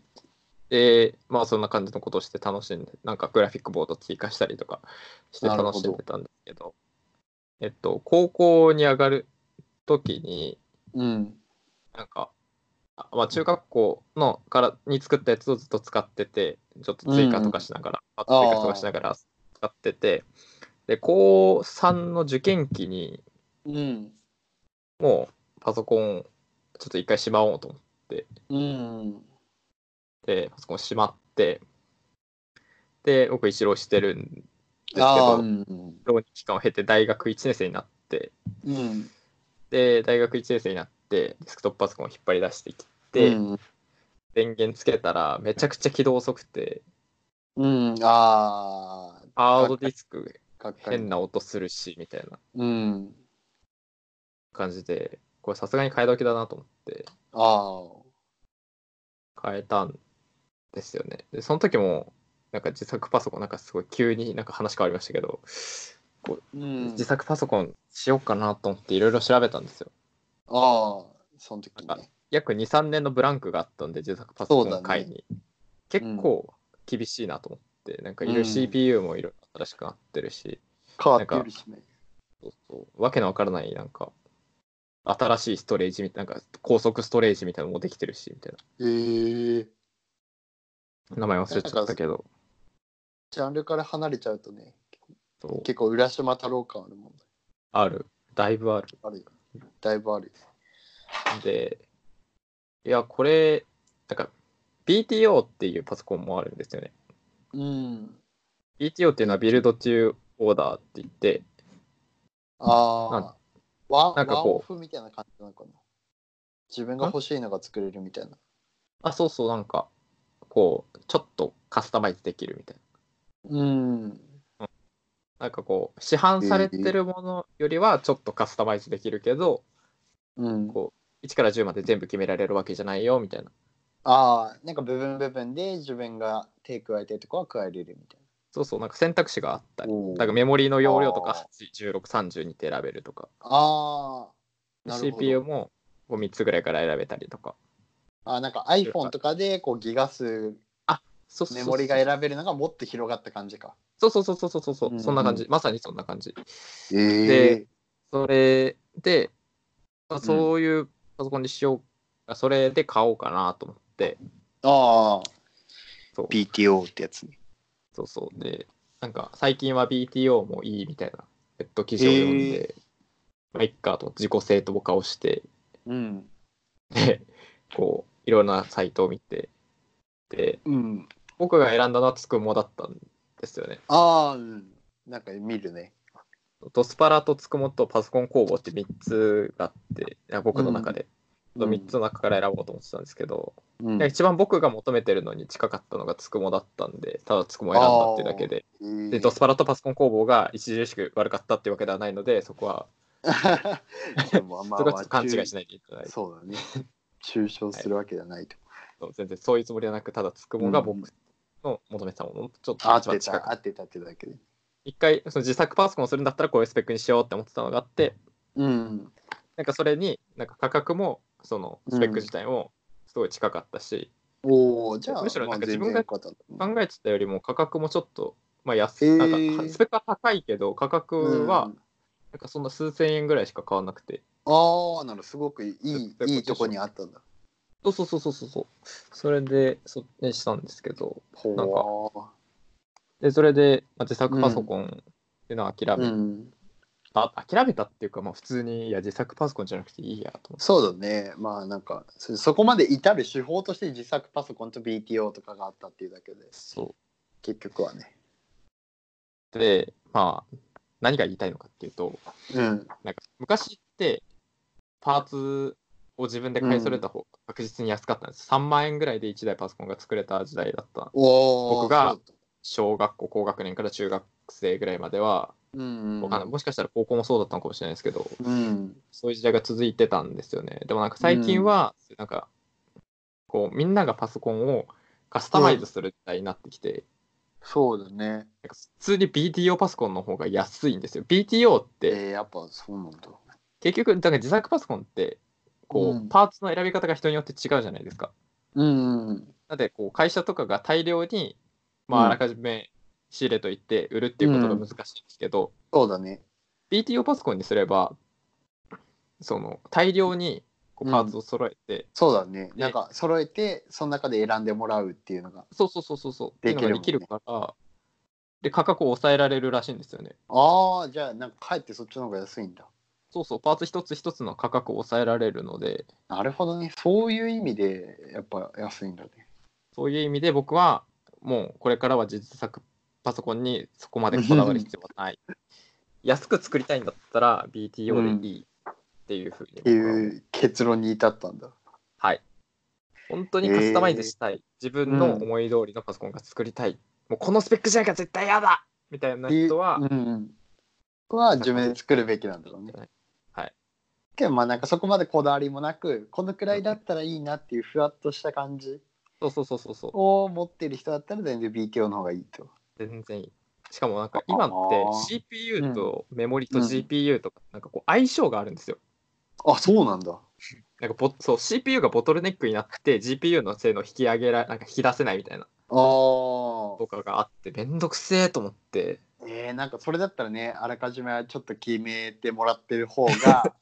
A: でまあそんな感じのことをして楽しんでなんかグラフィックボード追加したりとかして
B: なるほ
A: 楽
B: ど
A: しんでたんですけどえっと高校に上がる時に
B: うん。
A: なんかあまあ中学校のからに作ったやつをずっと使っててちょっと追加とかしながら、
B: うん
A: 追加とかしながら使っててで高3の受験期に
B: うん。
A: もうパソコンちょっと一回しまおうと思って
B: うん。
A: でパソコンしまってで僕一浪してるんですけ
B: ああ、
A: ど
B: うん。
A: 浪人期間を経て大学1年生になって
B: うん。
A: で大学1年生になってデスクトップパソコンを引っ張り出してきて、
B: うん
A: 電源つけたらめちゃくちゃ起動遅くて
B: うん、ああ、
A: ハードディスク
B: かっかり
A: 変。な音するしみたいな
B: うん。
A: 感じでこれさすがに替え時だなと思って
B: あ
A: 変えたんですよねでその時もなんか自作パソコンなんかすごい急になんか話変わりましたけど、
B: あ。うん。
A: 自作パソコンしようかなと思っていろいろ調べたんですよ
B: ああ、その時
A: なん
B: ね。
A: 約23年のブランクがあったんで自作パソコン会に、
B: ね
A: 結構厳しいなと思って、なんかいろいろ CPU もいろいろ新しくなってるし、
B: 変わってるしね。
A: そうそうわけのわからないなんか新しいストレージみたいななんか高速ストレージみたいなのもできてるしみたい
B: ええー。
A: な名前忘れちゃったけど
B: ジャンルから離れちゃうとね、
A: そう
B: 結構浦島太郎感あるもんね。
A: あるだいぶある
B: あるよ。だいぶあるよ。
A: でいやこれなんか BTO っていうパソコンもあるんですよね
B: うん。
A: BTO っていうのはビルド中オーダーって言って
B: ああ。ワ
A: な
B: ン
A: んかこ
B: ワ
A: う
B: ンオフみたいな感じなのかな。自分が欲しいのが作れるみたいな。
A: あそうそうなんかこうちょっとカスタマイズできるみたいな
B: うん。
A: なんかこう市販されてるものよりはちょっとカスタマイズできるけど、
B: うん。
A: こう1から10まで全部決められるわけじゃないよみたいな
B: ああ、なんか部分部分で自分が手加えてるとこは加えれるみたい
A: そうそうなんか選択肢があったり
B: な。
A: なんかメモリーの容量と
B: あ
A: か81632って選べるとか
B: ああ、なるほど。
A: CPU もこう3つぐらいから選べたりとか
B: あーなんか iPhone とかでこうギガ数
A: そうそうそ
B: メ
A: う
B: モリが選べるのがもっと広がった感じか。
A: そうそうそうそうそうそう、
B: うんうん
A: そんな感じまさにそんな感じ
B: え
A: でそれで、まあ、そういうパソコンにしよう、あそれで買おうかなと思って
B: ああ、
A: そう
B: BTO ってやつね。
A: そうそうでなんか最近は BTO もいいみたいなネット記事を読んで、まあいっかと自己正当化をして
B: うん。
A: でこういろんなサイトを見てで
B: うん。
A: 僕が選んだのはつくもだったんですよね
B: ああ、うん。なんか見るね。
A: ドスパラとつくもとパソコン工房って3つがあっていや僕の中で、
B: うん
A: 3つの中から選ぼうと思ってたんですけど、
B: うん
A: いや一番僕が求めてるのに近かったのがつくもだったんでただつくも選んだっていうだけででドスパラとパソコン工房が著しく悪かったっていうわけではないのでそこは
B: でもまあ
A: そこはちょっ
B: まあ
A: と勘違いしないでいただいて、
B: そうだね。抽象するわけじゃないと。
A: 全然そういうつもりはなくただつくもが僕の求めてたもののちょっと
B: 合っ
A: 一番
B: て
A: 近かった
B: た、合ってたってだけで。
A: 一回その自作パソコンをするんだったらこういうスペックにしようって思ってたのがあって
B: うん。
A: なんかそれになんか価格もそのスペック自体もすごい近かったし、
B: おお、じゃあ、
A: むしろなんか
B: まあ
A: 自分が
B: 全然良かったね
A: 考えてたよりも価格もちょっと、まあ安
B: へー
A: なんかスペックは高いけど価格
B: う
A: は
B: ん
A: なんかそんな数千円ぐらいしか変わらなくて、
B: ああ、なるほどすごくいい
A: 絶、対こっちでしょ
B: いいとこにあったんだ。
A: そうそうそうそうそうそれでそれしたんですけど
B: ほ
A: なん
B: か。
A: でそれで、まあ、自作パソコンっていうのは諦め
B: うん。
A: た、諦めたっていうかまあ普通にいや自作パソコンじゃなくていいやと思って
B: そうだね。まあなんかそそこまで至る手法として自作パソコンと BTO とかがあったっていうだけで
A: そう
B: 結局はね。
A: でまあ何が言いたいのかっていうと
B: うん。
A: なんか昔ってパーツを自分で買い揃えた方が確実に安かったんです、3万円ぐらいで1台パソコンが作れた時代だった
B: おお。
A: 僕が
B: そうだ
A: 小学校高学年から中学生ぐらいまでは、
B: うん
A: わかんないもしかしたら高校もそうだったのかもしれないですけど
B: うん。
A: そういう時代が続いてたんですよねでもなんか最近は、なんかこうみんながパソコンをカスタマイズする時代になってきて、
B: そうだね。
A: なんか普通に BTO パソコンの方が安いんですよ BTO って、
B: えー、やっぱそうなんだ。
A: 結局だから自作パソコンってこう、
B: うん
A: パーツの選び方が人によって違うじゃないですか。
B: うん。
A: なのでこう会社とかが大量に、まあ、
B: うん
A: あらかじめ仕入れといって売るっていうことが難しいんですけど、
B: そうだね。
A: BTO パソコンにすればその大量にこうパーツを揃えて、
B: そうだね。なんか揃えてその中で選んでもらうっていうのが。
A: そうそうそうそうそうってい
B: で
A: う
B: き
A: の
B: るも
A: ができるか
B: んね
A: らで価格を抑えられるらしいんですよね。
B: ああ、じゃあなんか帰ってそっちの方が安いんだ。
A: そうそうパーツ一つ一つの価格を抑えられるので
B: なるほどね。そういう意味でやっぱ安いんだね。
A: そういう意味で僕はもうこれからは実作パソコンにそこまでこだわる必要はない。安く作りたいんだったら BTO でいいっていうふうに
B: って
A: 僕は、
B: いう結論に至ったんだ。
A: はい。本当にカスタマイズしたい、自分
B: う
A: の
B: ん
A: 思い通りのパソコンが作りたい、もうこのスペックじゃなきゃ絶対嫌だみたいな人は、
B: うんうん、は自分で作るべきなんだろうね。
A: はい。
B: けどまあなんかそこまでこだわりもなくこのくらいだったらいいなっていうふわっとした感じ
A: そうそうそうそうそう。
B: を持ってる人だったら全然 BTO の方がいいと。
A: 全然いい。しかもなんか
B: あ
A: 今っ
B: あー
A: て CPU とメモリ
B: う
A: と
B: ん
A: GPU とかなんかこう相性があるんですよ。
B: あそうなんだ。
A: なんかボそう CPU がボトルネックになって GPU の性能引き上げらなんか引き出せないみたいな
B: ああ。
A: とかがあってめんどくせえと思って
B: えー、なんかそれだったらねあらかじめちょっと決めてもらってる方が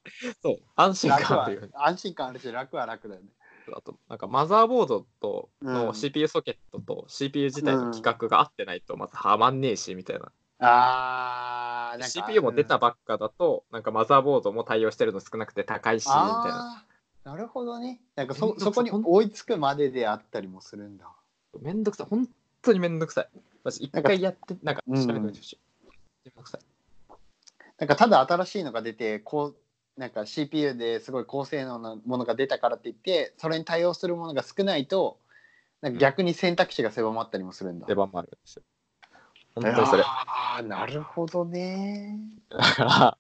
A: そう 安心
B: 楽
A: 感
B: は
A: というか
B: 安心感あるし楽は楽だよね。
A: あとなんかマザーボードと
B: うん
A: の CPU ソケットと CPU 自体の規格が合ってないとまずはまんねえしみたいな
B: あー
A: で
B: なんか
A: CPU も出たばっかだとなんかマザーボードも対応してるの少なくて高いしみたいな
B: あーなるほどね。なんか
A: ほ
B: そ
A: んと
B: そこに
A: ほん
B: 追いつくまでであったりもするんだ。
A: めんどくさい本当にめんどくさい私一
B: なんか
A: 回やってなんか調べてみてほしいめんどくさい
B: なんかただ新しいのが出てこうなんか CPU ですごい高性能なものが出たからって言ってそれに対応するものが少ないとなんか逆に選択肢が狭まったりもするんだ。
A: 出番もあるんですよ本当にそれ
B: ああなるほどね。
A: だから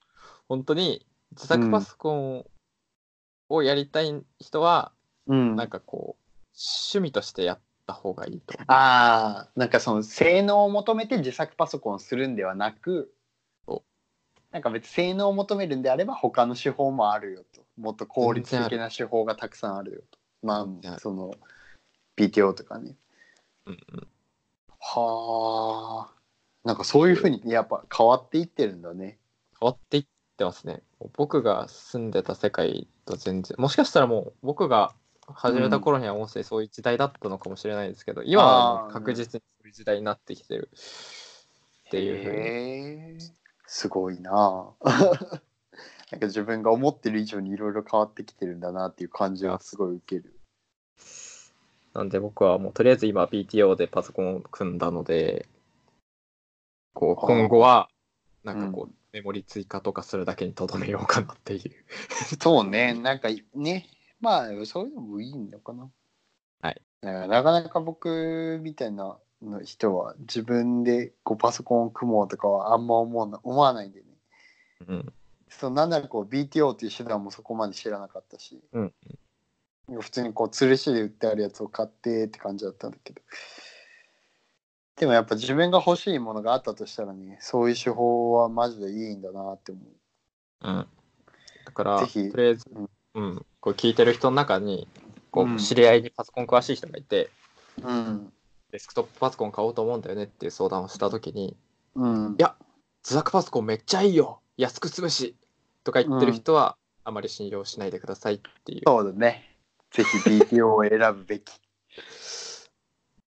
A: 本当に自作パソコンをやりたい人は、
B: うん
A: なんかこう趣味としてやった方がいいと思う
B: ああなんかその性能を求めて自作パソコンをするんではなく
A: そ
B: なんか別に性能を求めるんであれば他の手法もあるよともっと効率
A: 全
B: 的
A: 然
B: な手法がたくさんあるよとま
A: 全然あ
B: あ
A: る
B: その PTO とかね
A: うんうん、
B: はあなんかそういうふうにやっぱ変わっていってるんだね
A: 変わっていってますね僕が住んでた世界と全然もしかしたらもう僕が始めた頃には音声そういう時代だったのかもしれないですけど、今はも
B: あ
A: う
B: ー
A: 確実にそういう時代になってきてるっていうふうに
B: へえすごいなあ なんか自分が思ってる以上にいろいろ変わってきてるんだなっていう感じはすごい受ける
A: なんで僕はもうとりあえず今 BTO でパソコンを組んだので、こう
B: あー
A: 今後はなんかこう、メモリ追加とかするだけにとどめようかなっていう。
B: そうね、なんかね、まあそういうのもいいのかな。
A: はい。
B: なかなか僕みたいなの人は自分でこうパソコンを組もうとかはあんま思うな思わないんでね。
A: うん、
B: そのなんならこう BTO っていう手段もそこまで知らなかったし、
A: うん
B: 普通にこう吊るしで売ってあるやつを買ってって感じだったんだけど。でもやっぱ自分が欲しいものがあったとしたらね、そういう手法はマジでいいんだなって思う。
A: うん、だからと
B: ぜひ
A: りあえず、うん、こう聞いてる人の中にこ
B: うん
A: う知り合いにパソコン詳しい人がいて、
B: うん。
A: デスクトップパソコン買おうと思うんだよねっていう相談をした時に
B: うん。
A: いや自作パソコンめっちゃいいよ安く潰しとか言ってる人は、あまり信用しないでくださいっていう
B: そうだね。ぜひ BTO を選ぶべ き。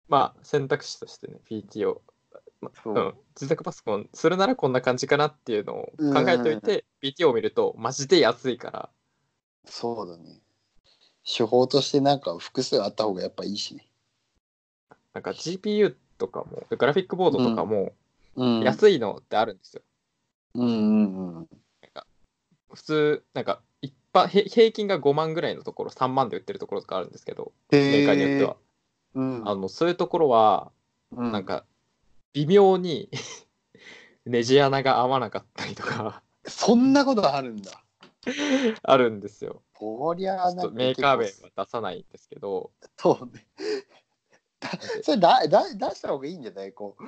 A: まあ選択肢としてね PTO
B: そうう。
A: ん、自宅パソコンするならこんな感じかなっていうのを考えておいて、BTO を見るとマジで安いから
B: そうだね。手法としてなんか複数あった方がやっぱいいしね。
A: なんか GPU とかもグラフィックボードとかも
B: うん
A: 安いのってあるんですよ、
B: うんうんうん。
A: 普通なんか一般へ平均が5万ぐらいのところ3万で売ってるところとかあるんですけどメーカーによっては、
B: へー。うん。
A: あのそういうところは
B: う
A: なん、か微妙に ねじ穴が合わなかったりとか
B: そんなことあるんだ。
A: あるんですよ
B: こりゃ
A: ちょ
B: あ
A: っ
B: なん
A: と
B: か
A: メーカー名
B: 結構
A: は出さないんですけど
B: そうね。それだだ出した方がいいんじゃないこう。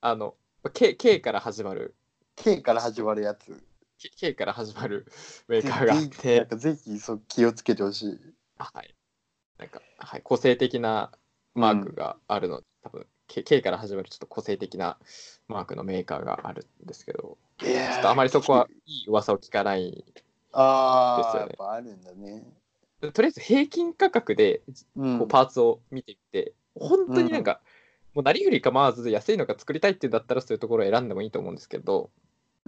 A: あの K, K から始まる
B: K から始まるやつ。
A: K- K から始まるメーカーがあっ
B: ぜひなん
A: て、
B: かぜひそう気をつけてほしい。
A: はい、なんか、はい、個性的なマークがあるの、多分 K, K から始まるちょっと個性的なマークのメーカーがあるんですけど、
B: いや
A: ち
B: ー
A: ょっとあまりそこはいい噂を聞かない。
B: あ
A: ですよ
B: あ、やっ
A: ね
B: ぱあるんだね。
A: とりあえず平均価格で
B: うん
A: こうパーツを見てみて、本当になんか、もう何よりかまわず安いのが作りたいっていうんだったらそういうところを選んでもいいと思うんですけど、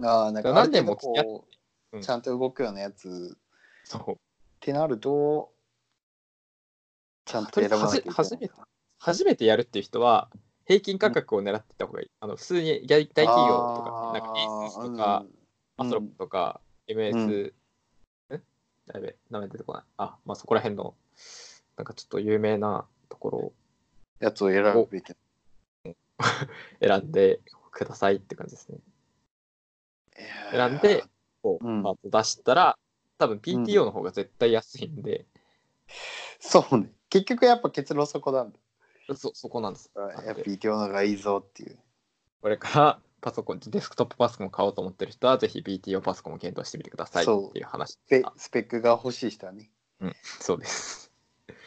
B: ああ、なんか
A: 何年も
B: ある程度こう
A: 付き合ってうん
B: ちゃんと動くようなやつっ
A: そう
B: てなると、ちゃんと
A: とり
B: 選
A: あえず
B: ばな
A: は
B: き
A: じ
B: ゃいけない。
A: 初めて初めてやるっていう人は平均価格を狙っていった方がいい。あの普通に大大企業とか、なんか ASUS とか、
B: うん
A: アスロップとか、MS、えだいぶ名前出てこない。あ、まあそこら辺の、なんかちょっと有名なところ
B: やつを選ぶべき。
A: 選んでくださいって感じですね。
B: いやー
A: 選んで、こう、
B: うん
A: パート出したら、多分 PTO の方が絶対安いんで、
B: そうね結局やっぱ結論そこなんだ
A: そ、そこなんです。
B: や
A: な
B: っ
A: ん
B: ぱ
A: で
B: PTO の方がいいぞっていう
A: これからパソコン、デスクトップパソコン買おうと思ってる人は、ぜひ BTO パソコンを検討してみてください
B: そう
A: っていう話
B: スペ
A: あ
B: スペックが欲しい人はね、
A: そうです。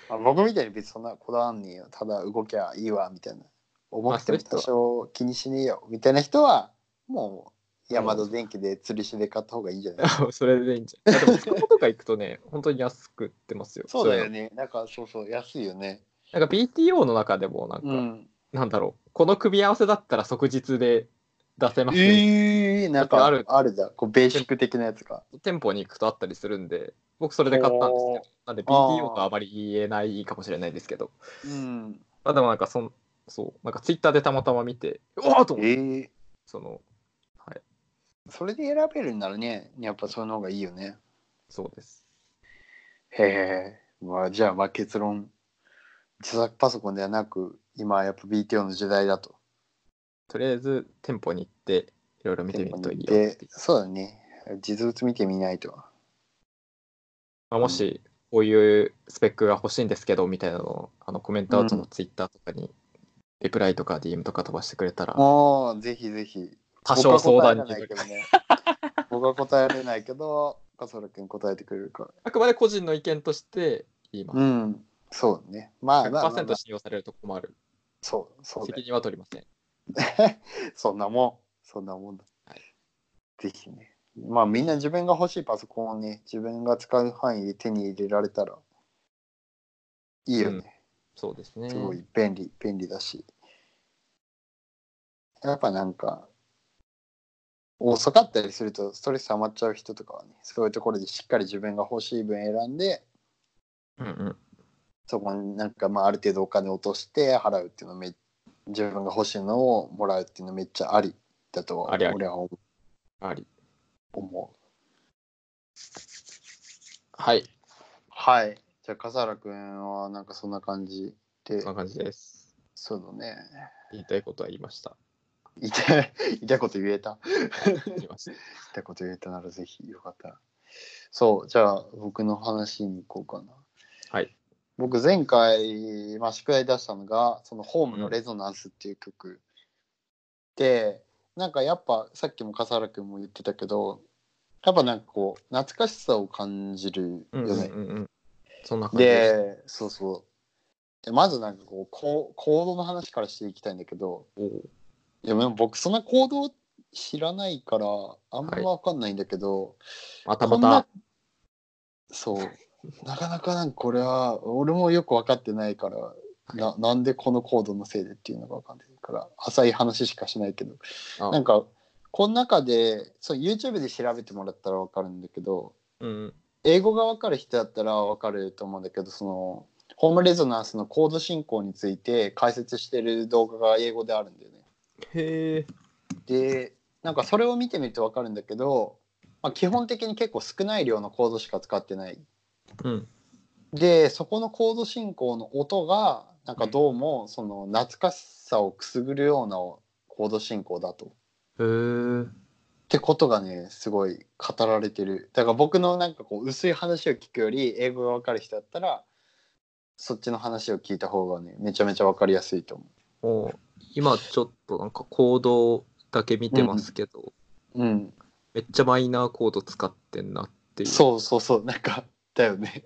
B: まあ、僕みたいに別にそんなこだわんねえよただ動きゃいいわみたいな思っても
A: まあそうい
B: 多
A: う人
B: 少気にしねえよみたいな人はもうヤマド電機で釣りしで買った方がいいんじゃない
A: それでいいんじゃないでも、そことか行くとね、本当に安く売ってますよ。
B: そうだ
A: い
B: よ
A: の。
B: ねなんかそうそう安いよね
A: なんか BTO の中でも、なんか、
B: うん
A: なんだろう、この組み合わせだったら即日で出せます、
B: ええー、なんかあ
A: あ
B: る
A: る
B: あるだこうベーシック的なやつが
A: 店舗に行くとあったりするんで、僕それで買ったんです
B: お
A: け
B: ー
A: ど、なんで
B: あー
A: BTO とあまり言えないかもしれないですけど、
B: うん
A: まあ、でもなんかそん、そう、なんか Twitter でたまたま見て、おおと
B: ええ
A: 思って、その、はい、
B: それで選べるんならねやっぱその方がいいよね
A: そうです。
B: へえ、まあ、じゃあ、まあ、結論、自作パソコンではなく、今はやっぱ BTO の時代だと。
A: とりあえず店舗に行って、いろいろ見てみるといいよ
B: で
A: っていう
B: そうだね。実物見てみないと。
A: まあ、もし、こういうスペックが欲しいんですけど、みたいなのを、あのコメントアウト
B: う
A: の Twitter とかに、リプライとか DM とか飛ばしてくれたら、
B: もう、ぜひぜひ。
A: 多少相談
B: 僕は答えら
A: に
B: れないけ。どね。 僕は答えられないけど、笠原君答えてくれるから。
A: あくまで個人の意見として言います。
B: うん、そうね。まあ、まあまあまあ
A: 100%信用されると困る。
B: そう、そうだ
A: 責任は取りません。
B: ねそんなもん、そんなもんだ。
A: はい
B: ぜひね。まあ、みんな自分が欲しいパソコンをね、自分が使う範囲で手に入れられたら、いいよね。
A: うんそうですね。
B: すごい便利、便利だし。やっぱなんか、遅かったりするとストレス溜まっちゃう人とかはね、そういうところでしっかり自分が欲しい分選んで、
A: うんうん。
B: そこになんかまあある程度お金落として払うっていうのめ自分が欲しいのをもらうっていうのめっちゃありだとは
A: ありあり
B: 俺は思
A: あり。
B: う。
A: はい。
B: はい。じゃあ笠原君はなんかそんな感じで
A: そんな感じです。
B: そうだね。
A: 言いたいことは言いました。
B: 言いたい言いたいこと言えた。
A: 言いました。
B: ってこと言えたならぜひよかったら。そう、じゃあ僕の話に行こうかな。
A: はい。
B: 僕前回、まあ、宿題出したのが、そのホームのレゾナンスっていう曲、で、なんかやっぱさっきも笠原君も言ってたけど、やっぱなんかこう、懐かしさを感じる
A: う
B: よ
A: んうんう
B: ね。
A: んうん。そんな感じす。
B: で、そうそう。でまずなんかこうこう行動の話からしていきたいんだけど、
A: おう
B: いやでも僕そんな行動知らないからあんま分かんないんだけど、
A: またま
B: こんな
A: た。
B: そうなかなかなんかこれは俺もよく分かってないから、ななんでこのコードのせいでっていうのが分かんないから浅い話しかしないけど
A: あ
B: なんかこの中でそう YouTube で調べてもらったら分かるんだけど
A: うん。
B: 英語が分かる人だったら分かると思うんだけどそのホームレゾナンスのコード進行について解説してる動画が英語であるんだよね。
A: へえ。
B: でなんかそれを見てみると分かるんだけど、まあ、基本的に結構少ない量のコードしか使ってない
A: うん。
B: でそこのコード進行の音がなんかどうもその懐かしさをくすぐるようなコード進行だと。っ
A: へえ。
B: てことがねすごい語られてるだから僕のなんかこう薄い話を聞くより英語が分かる人だったらそっちの話を聞いた方がねめちゃめちゃ分かりやすいと
A: お
B: 思
A: う今ちょっとなんか行動だけ見てますけど、
B: う。うん、
A: めっちゃマイナーコード使ってんなっていう。
B: そうそうそうなんかだよね。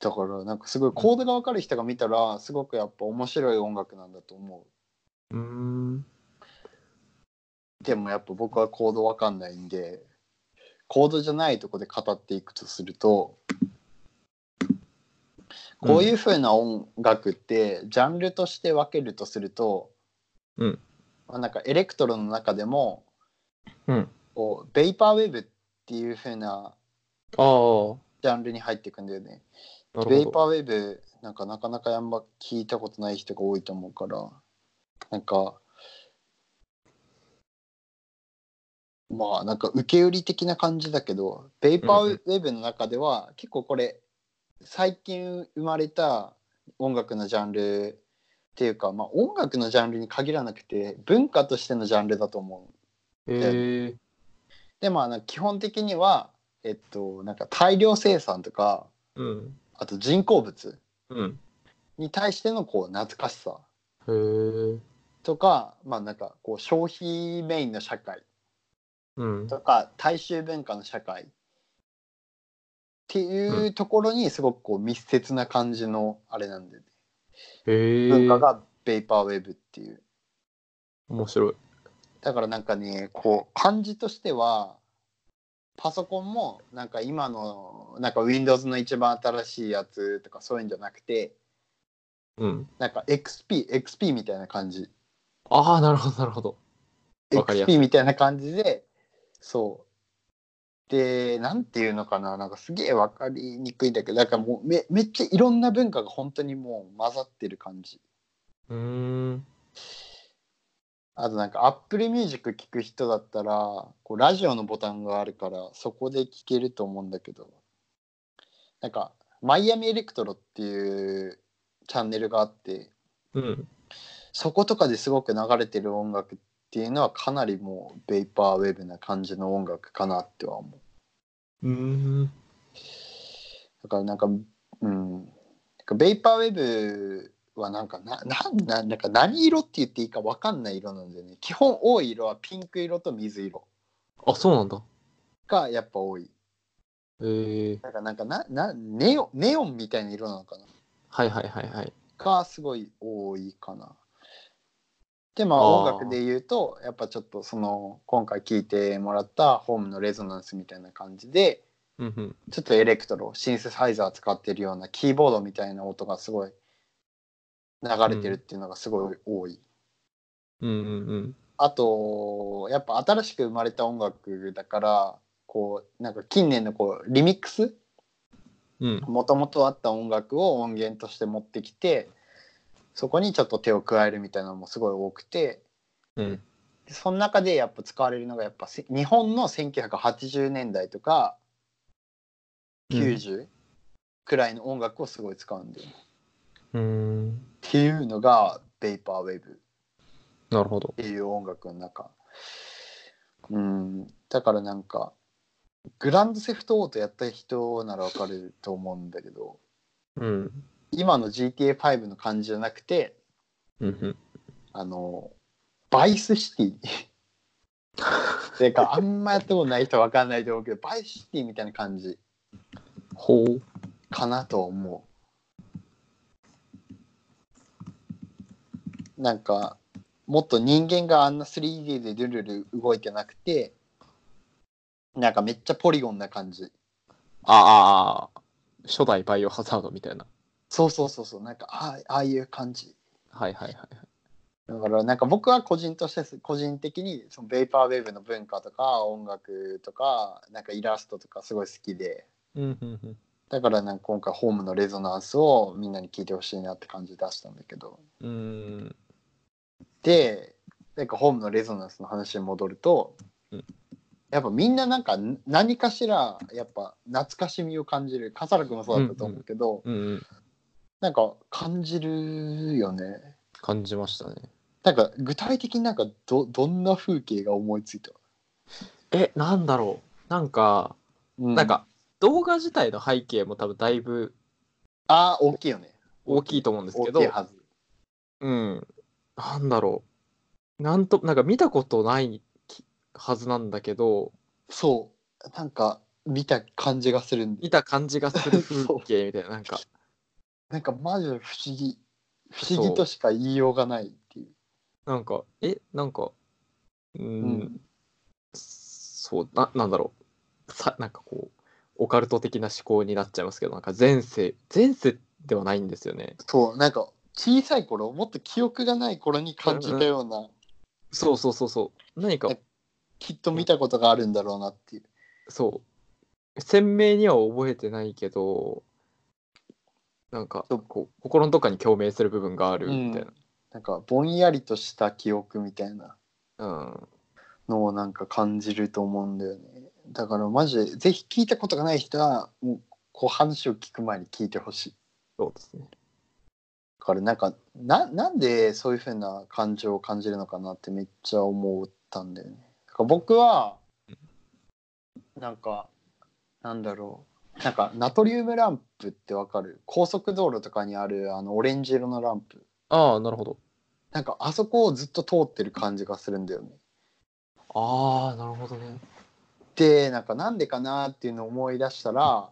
B: だからなんかすごいコードが分かる人が見たらすごくやっぱ面白い音楽なんだと思う。
A: う。うーん。
B: でもやっぱ僕はコードわかんないんでコードじゃないとこで語っていくとするとこういうふうな音楽ってジャンルとして分けるとすると、
A: うん
B: まあなんかエレクトロの中でも
A: うん。
B: こうベイパーウェブっていうふうな
A: ああ。なるほ
B: ジャンルに入っていくんだよね。
A: ど。
B: ベイパーウェブなんかなかなかあんま聞いたことない人が多いと思うからなんかまあなんか受け売り的な感じだけどベイパーウェブの中では結構これ最近生まれた音楽のジャンルていうか、まあ、音楽のジャンルに限らなくて文化としてのジャンルだと思う。
A: へえ。
B: でまあなんか基本的には、えっと、なんか大量生産とか
A: うん。
B: あと人工物
A: うん。
B: に対してのこう懐かしさ
A: へえ。
B: とか,、まあ、なんかこう消費メインの社会
A: うん。
B: とか大衆文化の社会っていうところにすごくこう密接な感じのあれなんで、
A: へえ。
B: 文化がベイパーウェブっていう
A: 面白い。
B: だからなんかねこう感じとしてはパソコンもなんか今のなんか Windows の一番新しいやつとかそういうんじゃなくて
A: うん。
B: なんか XPXP みたいな感じ
A: ああ、なるほど、なるほど。わかりやす
B: XP みたいな感じでそうでなんていうのかななんかすげえ分かりにくいんだけどだからもうめめっちゃいろんな文化が本当にもう混ざってる感じ
A: うーん。
B: あとなんか Apple Music 聞く人だったらこうラジオのボタンがあるからそこで聞けると思うんだけどなんかマイアミエレクトロっていうチャンネルがあって
A: うん。
B: そことかですごく流れてる音楽っていうのはかなりもうベイパーウェブな感じの音楽かなっては思う
A: うーん。
B: だからなんか、うん、なんかベイパーウェブはなんかななんななんか何色って言っていいか分かんない色なんだよね。基本多い色はピンク色と水色
A: あ、そうなんだ。
B: がやっぱ多い。
A: へえ。
B: だからなんかななネオネオンみたいな色なのかな
A: はいはいはいはい。
B: がすごい多いかな。でまあ
A: あー
B: 音楽で言うとやっぱちょっとその今回聴いてもらったホームのレゾナンスみたいな感じで
A: うんうん。
B: ちょっとエレクトロシンセサイザー使ってるようなキーボードみたいな音がすごい流れてるっていうのがすごい多い、
A: うんうんうん。
B: あとやっぱ新しく生まれた音楽だからこうなんか近年のこうリミックス
A: うん。
B: もともとあった音楽を音源として持ってきてそこにちょっと手を加えるみたいなのもすごい多くて
A: うん。
B: でその中でやっぱ使われるのがやっぱせ日本の1980年代とか90くらいの音楽をすごい使うんだよね
A: うーん。
B: っていうのがベイパーウェブっ
A: なるほど。
B: ていう音楽の中うんだからなんかグランドセフトオートやった人ならわかると思うんだけど
A: うん。
B: 今の GTA5 の感じじゃなくて
A: うんうん。
B: あのバイスシティ てかあんまやったことない人わかんないと思うけどバイスシティみたいな感じ
A: ほう。
B: かなと思う。なんかもっと人間があんな 3D でルルル動いてなくてなんかめっちゃポリゴンな感じ
A: ああ、初代バイオハザードみたいな。
B: そうそうそうそうなんかああああいう感じ
A: はいはいはい。
B: だからなんか僕は個人として個人的にそのベイパーウェーブの文化とか音楽とかなんかイラストとかすごい好きで
A: うんうんうん。
B: だからなんか今回ホームのレゾナンスをみんなに聞いてほしいなって感じ出したんだけど
A: うーん。
B: でなんかホームのレゾナンスの話に戻ると、
A: うん
B: やっぱみんななんかん何かしらやっぱ懐かしみを感じる笠原君もそうだったと思うけど、
A: うんうん。
B: なんか感じるよね
A: 感じましたね。
B: なんか具体的になんかどどんな風景が思いついた、
A: え、なんだろう。なんか、
B: う
A: なんか、動画自体の背景も多分だいぶ
B: あー大きいよね
A: 大きいと思うんですけど
B: 大きい、はず
A: うん。なんだろう。なんと、なんか見たことないきはずなんだけど、
B: そうなんか見た感じがするんで
A: 見た感じがする風景みたいな、なんか、
B: なんかマジで不思議不
A: そう
B: 思議としか言いようがないっていう
A: なんか、え、なんか、うーん、
B: うん
A: そう、な、なんだろう。さ、なんかこう、オカルト的な思考になっちゃいますけど、なんか前世、前世ではないんですよね。
B: そうなんか小さい頃もっと記憶がない頃に感じたような、
A: そうそうそうそう。何か
B: え、きっと見たことがあるんだろうなっていう
A: そう。鮮明には覚えてないけど、なんか
B: そう
A: こう心のどっかに共鳴する部分がある
B: うん
A: みたいな、
B: なんかぼんやりとした記憶みたいな
A: うん
B: のをなんか感じると思うんだよねだからマジでぜひ聞いたことがない人はもうこう話を聞く前に聞いてほしい
A: そうですね。
B: からなんかななんでそういうふうな感情を感じるのかなってめっちゃ思ったんだよね。だから僕はなんかなんだろうなんかナトリウムランプってわかる高速道路とかにあるあのオレンジ色のランプ
A: ああ、なるほど。
B: なんかあそこをずっと通ってる感じがするんだよね。
A: ああ、なるほどね。
B: でなんかなんでかなっていうのを思い出したら、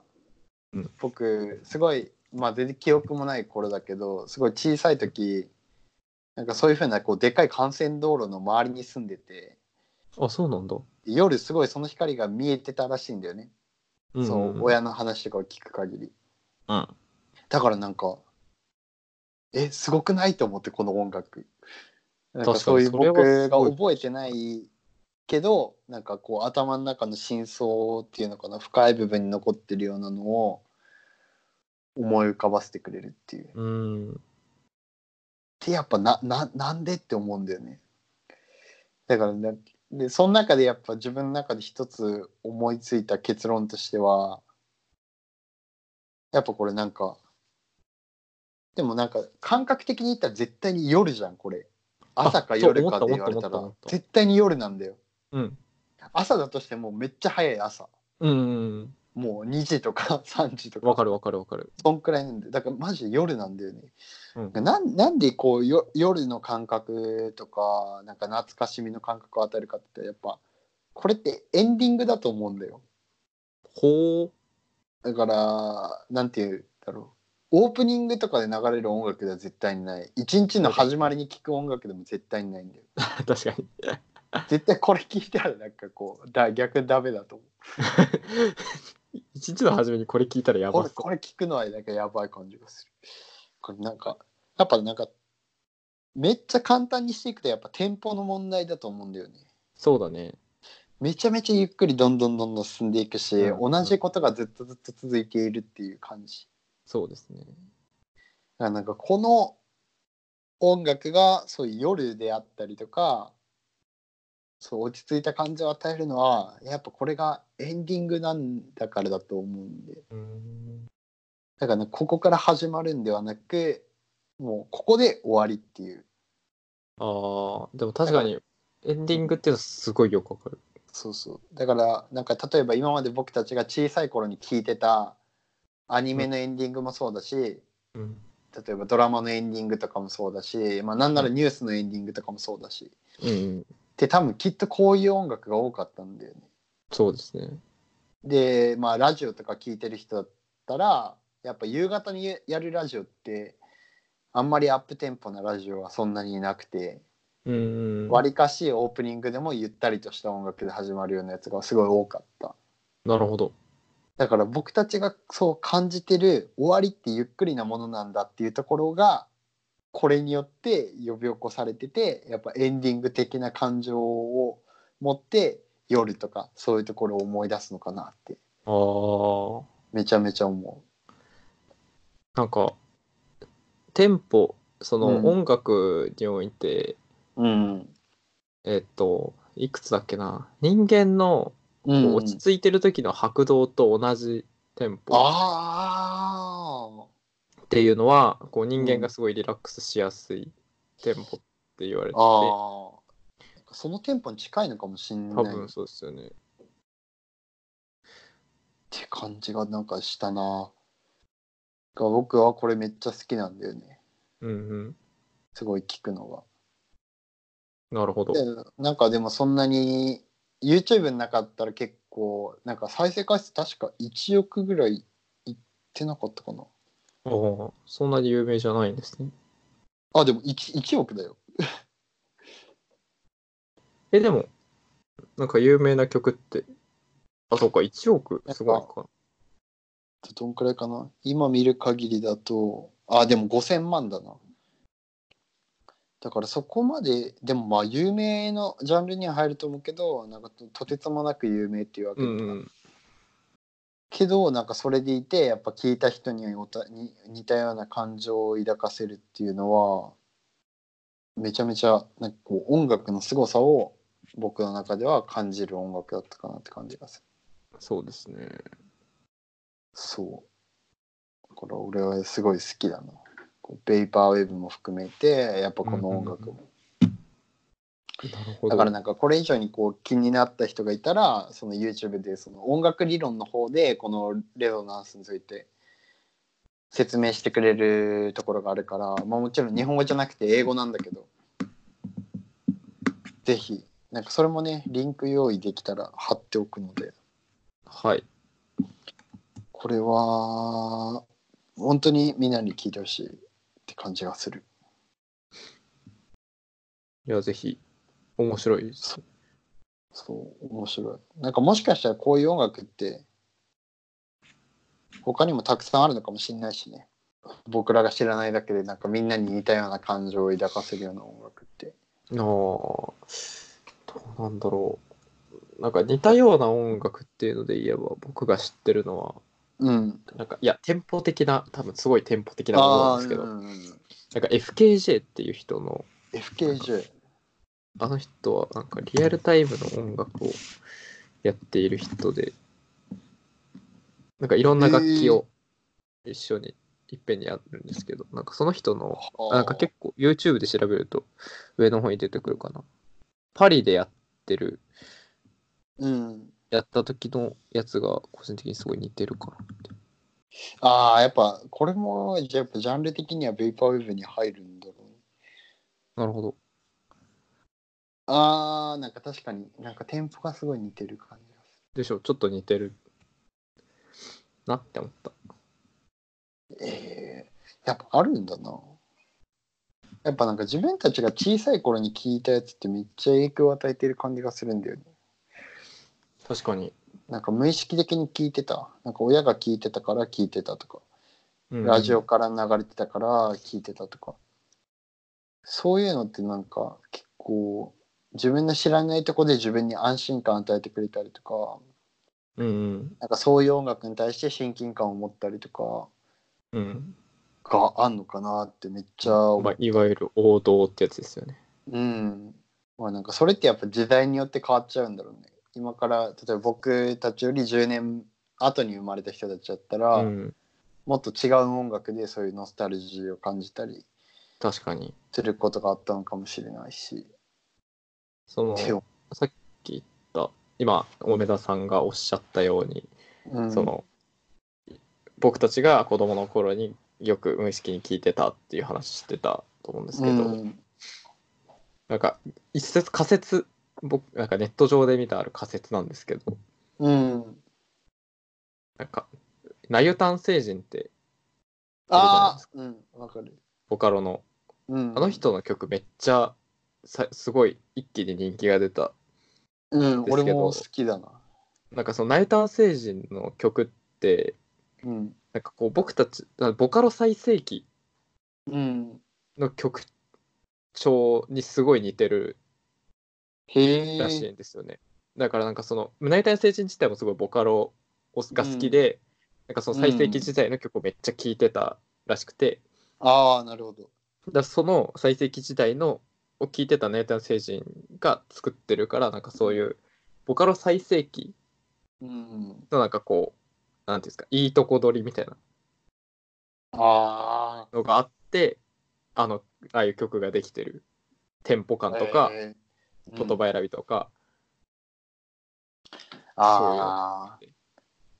A: うん
B: 僕すごい、まあ、全然記憶もない頃だけどすごい小さい時なんかそういうふうなこうでっかい幹線道路の周りに住んでて
A: あ、そうなんだ。
B: 夜すごいその光が見えてたらしいんだよね、
A: うん
B: その親の話とかを聞く限り
A: うん。
B: だからなんかえすごくないと思ってこの音楽なん
A: 確か
B: か
A: に
B: そういう
A: それ
B: 僕
A: はす
B: が
A: ごい
B: 覚えてないけどなんかこう頭の中の真相っていうのかな深い部分に残ってるようなのを思い浮かばせてくれるっていう
A: うん。
B: でやっぱなななんでって思うんだよねだからねでその中でやっぱ自分の中で一つ思いついた結論としてはやっぱこれなんかでもなんか感覚的に言ったら絶対に夜じゃんこれ朝か
A: あ
B: 夜かっ
A: そう
B: て
A: 思
B: 言
A: った
B: われた
A: 思った
B: ら
A: 思った
B: 絶対に夜なんだよ
A: うん。
B: 朝だとしてもめっちゃ早い朝
A: うん。
B: もう2時とか3時とか
A: わかるわかるわかる。
B: そんくらいなんでだからマジで夜なんだよね
A: うん。
B: なんなんでこうよ夜の感覚とかなんか懐かしみの感覚を与えるかってやっぱこれってエンディングだと思うんだよ
A: ほ
B: だからなんて言うんだろうオープニングとかで流れる音楽では絶対にない一日の始まりに聴く音楽でも絶対にないんだよ
A: う。 確かに。
B: 絶対これ聴いたらなんかこうだ逆にダメだと思う
A: 一日の初めにこれ聞いたらや
B: こ
A: ば
B: れ
A: そう。
B: これ聞くのはなんかやばい感じがするこれなんかやっぱなんかめっちゃ簡単にしていくとやっぱテンポの問題だと思うんだよね
A: そうだね。
B: めちゃめちゃゆっくりどんどんどんどん進んでいくし、
A: うん
B: 同じことがずっとずっと続いているっていう感じ
A: そうですね。
B: だからなんかこの音楽がそういう夜であったりとかそう落ち着いた感じを与えるのはやっぱこれがエンディングなんだからだと思うんで
A: うん。
B: だから、ね、ここから始まるんではなくもうここで終わりっていう
A: ああ、でも確かにエンディングっていうのはすごいよくわかる。
B: そうそうだからなんか例えば今まで僕たちが小さい頃に聞いてたアニメのエンディングもそうだし、
A: うん。
B: 例えばドラマのエンディングとかもそうだし、まあ、なんならニュースのエンディングとかもそうだし
A: うん。
B: で多分きっとこういう音楽が多かったんだよね。
A: そうですね。
B: でまあラジオとか聞いてる人だったらやっぱ夕方にやるラジオってあんまりアップテンポなラジオはそんなにいなくて
A: うん。
B: わりかしオープニングでもゆったりとした音楽で始まるようなやつがすごい多かった。
A: なるほど。
B: だから僕たちがそう感じてる終わりってゆっくりなものなんだっていうところがこれによって呼び起こされててやっぱエンディング的な感情を持って夜とかそういうところを思い出すのかなって
A: ああ。
B: めちゃめちゃ思
A: なんかテンポその
B: うん
A: 音楽において、
B: う。うん、
A: えっといくつだっけな人間のこう落ち着いてる時の拍動と同じテンポ
B: ああ
A: っていうのはこう人
B: う
A: 間
B: ん
A: がすごいリラックスしやすいテンポって言われてて、
B: ああそのテンポに近いのかもしん
A: 多
B: ないっ
A: 分そうですよね。
B: て感じがなんかしたなが僕はこれめっちゃ好きなんだよね
A: うんうん、
B: すごい聞くのが。
A: なるほど。
B: でなんかでもそんなに YouTube の中だったら結構なんか再生回数確か1億ぐらいいってなかったかな
A: ああそんなに有名じゃないんですね。
B: あでも 1, 1億だよ
A: えでもなんか有名な曲ってあそうか1億すごいか。
B: どんくらいかな今見る限りだとあでも5000万だなだからそこまででもまあ有名のジャンルには入ると思うけどなんかととてつもなく有名っていうわけ
A: う
B: では
A: ん
B: な
A: う
B: い
A: ん、
B: けどなんかそれでいてやっぱ聞いた人におたに似たような感情を抱かせるっていうのはめちゃめちゃなんかこう音楽の凄さを僕の中では感じる音楽だったかなって感じがする
A: そうですね。
B: そうだから俺はすごい好きだなこうベイパーウェブも含めてやっぱこの音楽も、
A: なるほ
B: だからなんかこれ以上にこう気になった人がいたらその YouTube でその音楽理論の方でこのレゾナンスについて説明してくれるところがあるから、まあ、もちろん日本語じゃなくて英語なんだけどぜひなんかそれもねリンク用意できたら貼っておくので
A: はい。
B: これは本当にみんなに聞いてほしいって感じがする
A: いや、ぜひ、面白いです。
B: そう面白いなんかもしかしたらこういう音楽って他にもたくさんあるのかもしれないしね僕らが知らないだけでなんかみんなに似たような感情を抱かせるような音楽って
A: ああ、どうなんだろう。なんか似たような音楽っていうので言えば、僕が知ってるのは、
B: うん
A: なんか、いや、テンポ的な、多分すごいテンポ的なものな
B: あ
A: ん
B: あ
A: ですけど、なんか
B: うんうんうん
A: FKJ っていう人の、
B: FKJ
A: あの人はなんかリアルタイムの音楽をやっている人で、なんかいろんな楽器を一緒にいっぺんにやるんですけど、なんかその人の、
B: あー
A: なんか結構 YouTube で調べると上の方に出てくるかな。パリでやってる、
B: うん
A: やった時のやつが個人的にすごい似てるかなって。
B: ああやっぱこれもやっぱジャンル的にはベイパーウェブに入るんだろうね
A: なるほど。
B: あーなんか確かになんかテンポがすごい似てる感じがす
A: でしょ、ちょっと似てるなって思った。
B: るえー、やっぱあるんだなやっぱなんか自分たちが小さい頃に聞いたやつってめっちゃ影響を与えてる感じがするんだよね
A: 確かに。
B: なんか無意識的に聞いてたなんか親が聞いてたから聞いてたとかラジオから流れてたから聞いてたとか、そういうのってなんか結構自分の知らないとこで自分に安心感与えてくれたりとか
A: うんうん。
B: なんかそういう音楽に対して親近感を持ったりとか
A: うん。
B: があんのかなってめっちゃ思う
A: まあ、いわゆる王道ってやつですよね。
B: うんまあなんかそれってやっぱ時代によって変わっちゃうんだろうね今から例えば僕たちより10年後に生まれた人たちだったら、
A: うん。
B: もっと違う音楽でそういうノスタルジーを感じたり
A: 確かに。
B: することがあったのかもしれないし
A: その、
B: 手を
A: さっき言った、今、大目田さんがおっしゃったように、
B: うん
A: その、僕たちが子供の頃によく無意識に聞いてたっていう話してたと思うんですけど、
B: うん
A: なんか、一説、仮説、僕、なんかネット上で見たある仮説なんですけど、
B: うん、
A: なんか、ナユタン星人って
B: ああうんわかる、
A: ボカロの、
B: うん、
A: あの人の曲めっちゃさすごい一気に人気が出た
B: うん
A: ですけど
B: 俺も好きだな
A: なんかそのナイター星人の曲って
B: うん
A: なんかこう僕たちあボカロ最盛期
B: うん
A: の曲調にすごい似てる
B: へえ
A: らしいんですよね、だからなんかそのナイター星人自体もすごいボカロをが好きで、なんかその最盛期時代の曲をめっちゃ聴いてたらしくて、
B: ああなるほど
A: だからその最盛期時代のを聴いてたナイター星人が作ってるからなんかそういうボカロ最盛期
B: うん
A: のなんかこうなんていうんですかいいとこ取りみたいな
B: あ
A: のがあってあのああいう曲ができてるテンポ
B: あ
A: 感とか、
B: えーうん
A: 言葉選びとか、
B: ああ
A: そうよ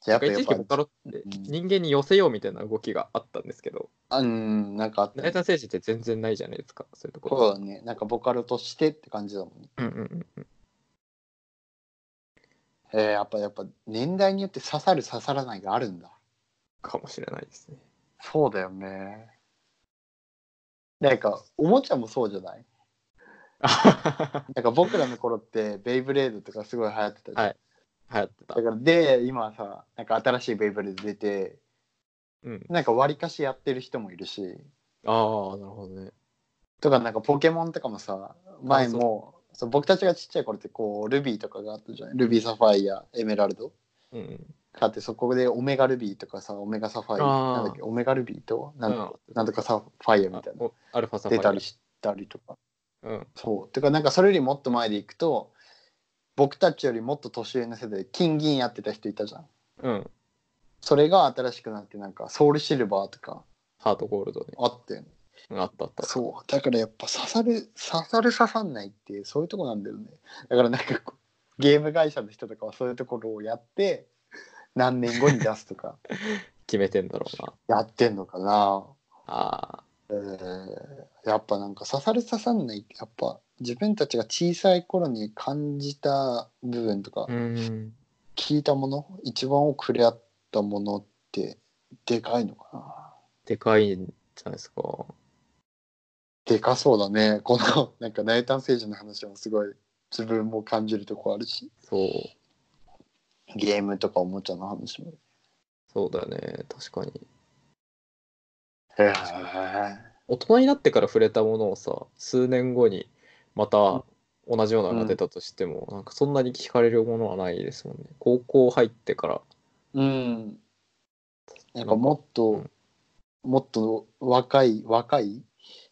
B: じ
A: な
B: ゃあ
A: んか
B: やっ
A: 一時期
B: ぱやっ
A: ボ
B: ぱ
A: カロって
B: うん
A: 人間に寄せようみたいな動きがあったんですけど、
B: あうんなんかあった
A: ナイター星人って全然ないじゃないですかそういうとこ
B: そう
A: ろ、
B: だねなんかボカロとしてって感じだもんね
A: うんうんうんうん、
B: えー、やっぱやっぱ年代によって刺さる刺さらないがあるんだ
A: かもしれないですね
B: そうだよねなんかおもちゃもそうじゃない
A: は
B: なんか僕らの頃ってベイブレードとかすごい流行ってたじゃん、
A: はいやってた
B: だからで今さなんか新しいベイブレード出て
A: うん
B: なんか割りかしやってる人もいるし
A: ああなるほどね
B: とかなんかポケモンとかもさ前もそう僕たちがちっちゃい頃ってこうルビーとかがあったじゃないルビーサファイアエメラルド
A: うんうん
B: だってそこでオメガルビーとかさオメガサファイア
A: あー
B: なんだっけオメガルビーとなん,、
A: うん
B: なんとかサファイアみ
A: あ
B: たいな
A: おアルファサファ
B: 出
A: イア
B: たりしたりとか
A: うん
B: そうてかなんかそれよりもっと前でいくと僕たちよりもっと年上の世代で金銀やってた人いたじゃん
A: うん
B: それが新しくなってなんかソウルシルバーとか
A: ハートゴールドね
B: あって
A: あったあった。
B: そうだからやっぱ刺さる刺さる刺さんないってそういうとこなんだよねだからなんかこうゲーム会社の人とかはそういうところをやって何年後に出すとか
A: 決めてんだろうな。
B: やってんのかな、
A: ああ、
B: えーやっぱなんか刺さる刺さんないってやっぱ自分たちが小さい頃に感じた部分とか
A: うん。
B: 聞いたもの、一番遅れ合ったものってでかいのかな
A: でかいんじゃないですか。
B: でかそうだねこのなんか内炭政治の話もすごい自分も感じるとこあるし
A: そう、
B: ゲームとかおもちゃの話も
A: そうだよね。確かに。
B: へえ
A: 大人になってから触れたものをさ、数年後にまた同じようなのが出たとしても、なんかそんなに聞かれるものはないですもんね。高校入ってから。
B: うんなんかもっと、
A: うん
B: もっと若い若い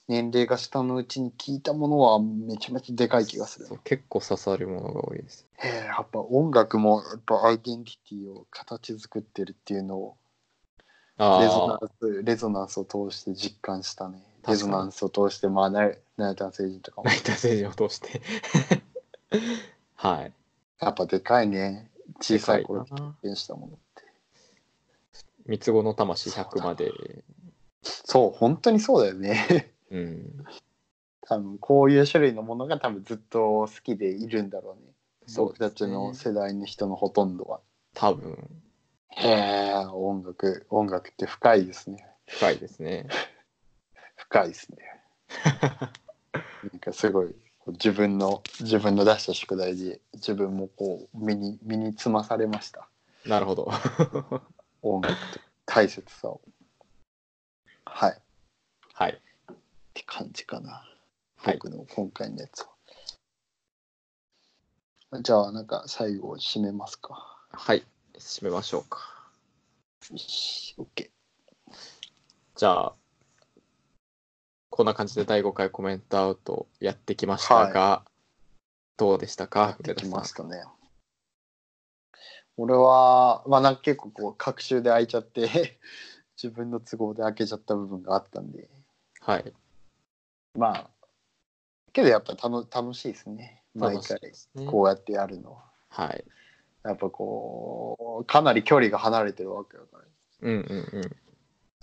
B: 年齢が下のうちに聞いたものはめちゃめちゃでかい気がする
A: そう結構刺さるものが多いです。
B: へえやっぱ音楽もやっぱアイデンティティを形作ってるっていうのをレゾナ
A: ああ、
B: ンスレゾナンスを通して実感したね
A: かに
B: レゾナンスを通してまあナイナイタン星人 とかも
A: 成田政治を通して。 はい。
B: やっぱでかいね小さい頃
A: でかいな
B: 経験したものって
A: 三つ子の魂100まで。
B: そう本当にそうだよね
A: うん。
B: 多分こういう種類のものが多分ずっと好きでいるんだろうね
A: そう
B: 僕
A: ですね
B: たちの世代の人のほとんどは。
A: 多分、
B: へえ音楽音楽って深いですね
A: 深いですね。
B: 深い ですね。なんかすごいこう自分の自分の出した宿題で自分もこう身に身につまされました
A: なるほど。
B: 音楽と大切さをはいっ
A: はい。
B: て感じかな、
A: はい。
B: 僕の今回のやつはじゃあなんか最後締めますか
A: はい。締めましょうか。
B: よし OK
A: じゃあ、こんな感じで第5回コメントアウトやってきましたが、どうでしたか
B: できまし
A: 上
B: たね俺はまあなんか結構こう隔週で開いちゃって 自分の都合で開けちゃった部分があったんで
A: 田さんはい。
B: まあけどやっぱ楽楽しいですね毎
A: 楽し
B: 回
A: いですね。
B: こうやってやるのは
A: はい。
B: やっぱこうかなり距離が離れてるわけだから
A: うんうんうん。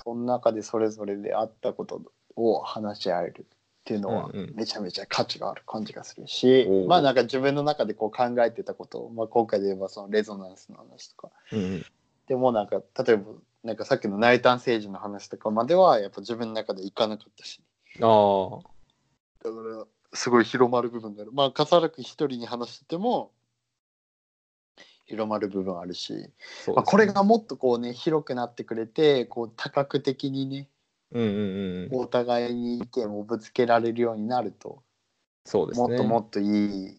B: その中でそれぞれであったことを話し合えるっていうのは
A: うんうん
B: めちゃめちゃ価値がある感じがするし、
A: おー
B: まあなんか自分の中でこう考えてたことを、まあ、今回で言えばそのレゾナンスの話とか
A: うんうん、
B: でもなんか例えばなんかさっきの内炭政治の話とかまではやっぱ自分の中でいかなかったし
A: ああ、
B: だからすごい広まる部分があるまあ笠原君一人に話してても広まる部分あるし、
A: そうですね
B: まあ、これがもっとこうね広くなってくれてこう多角的にね
A: うんうんうん。
B: お互いに意見をぶつけられるようになると、
A: そうです
B: もっ
A: ね。
B: とも
A: もっ
B: っといい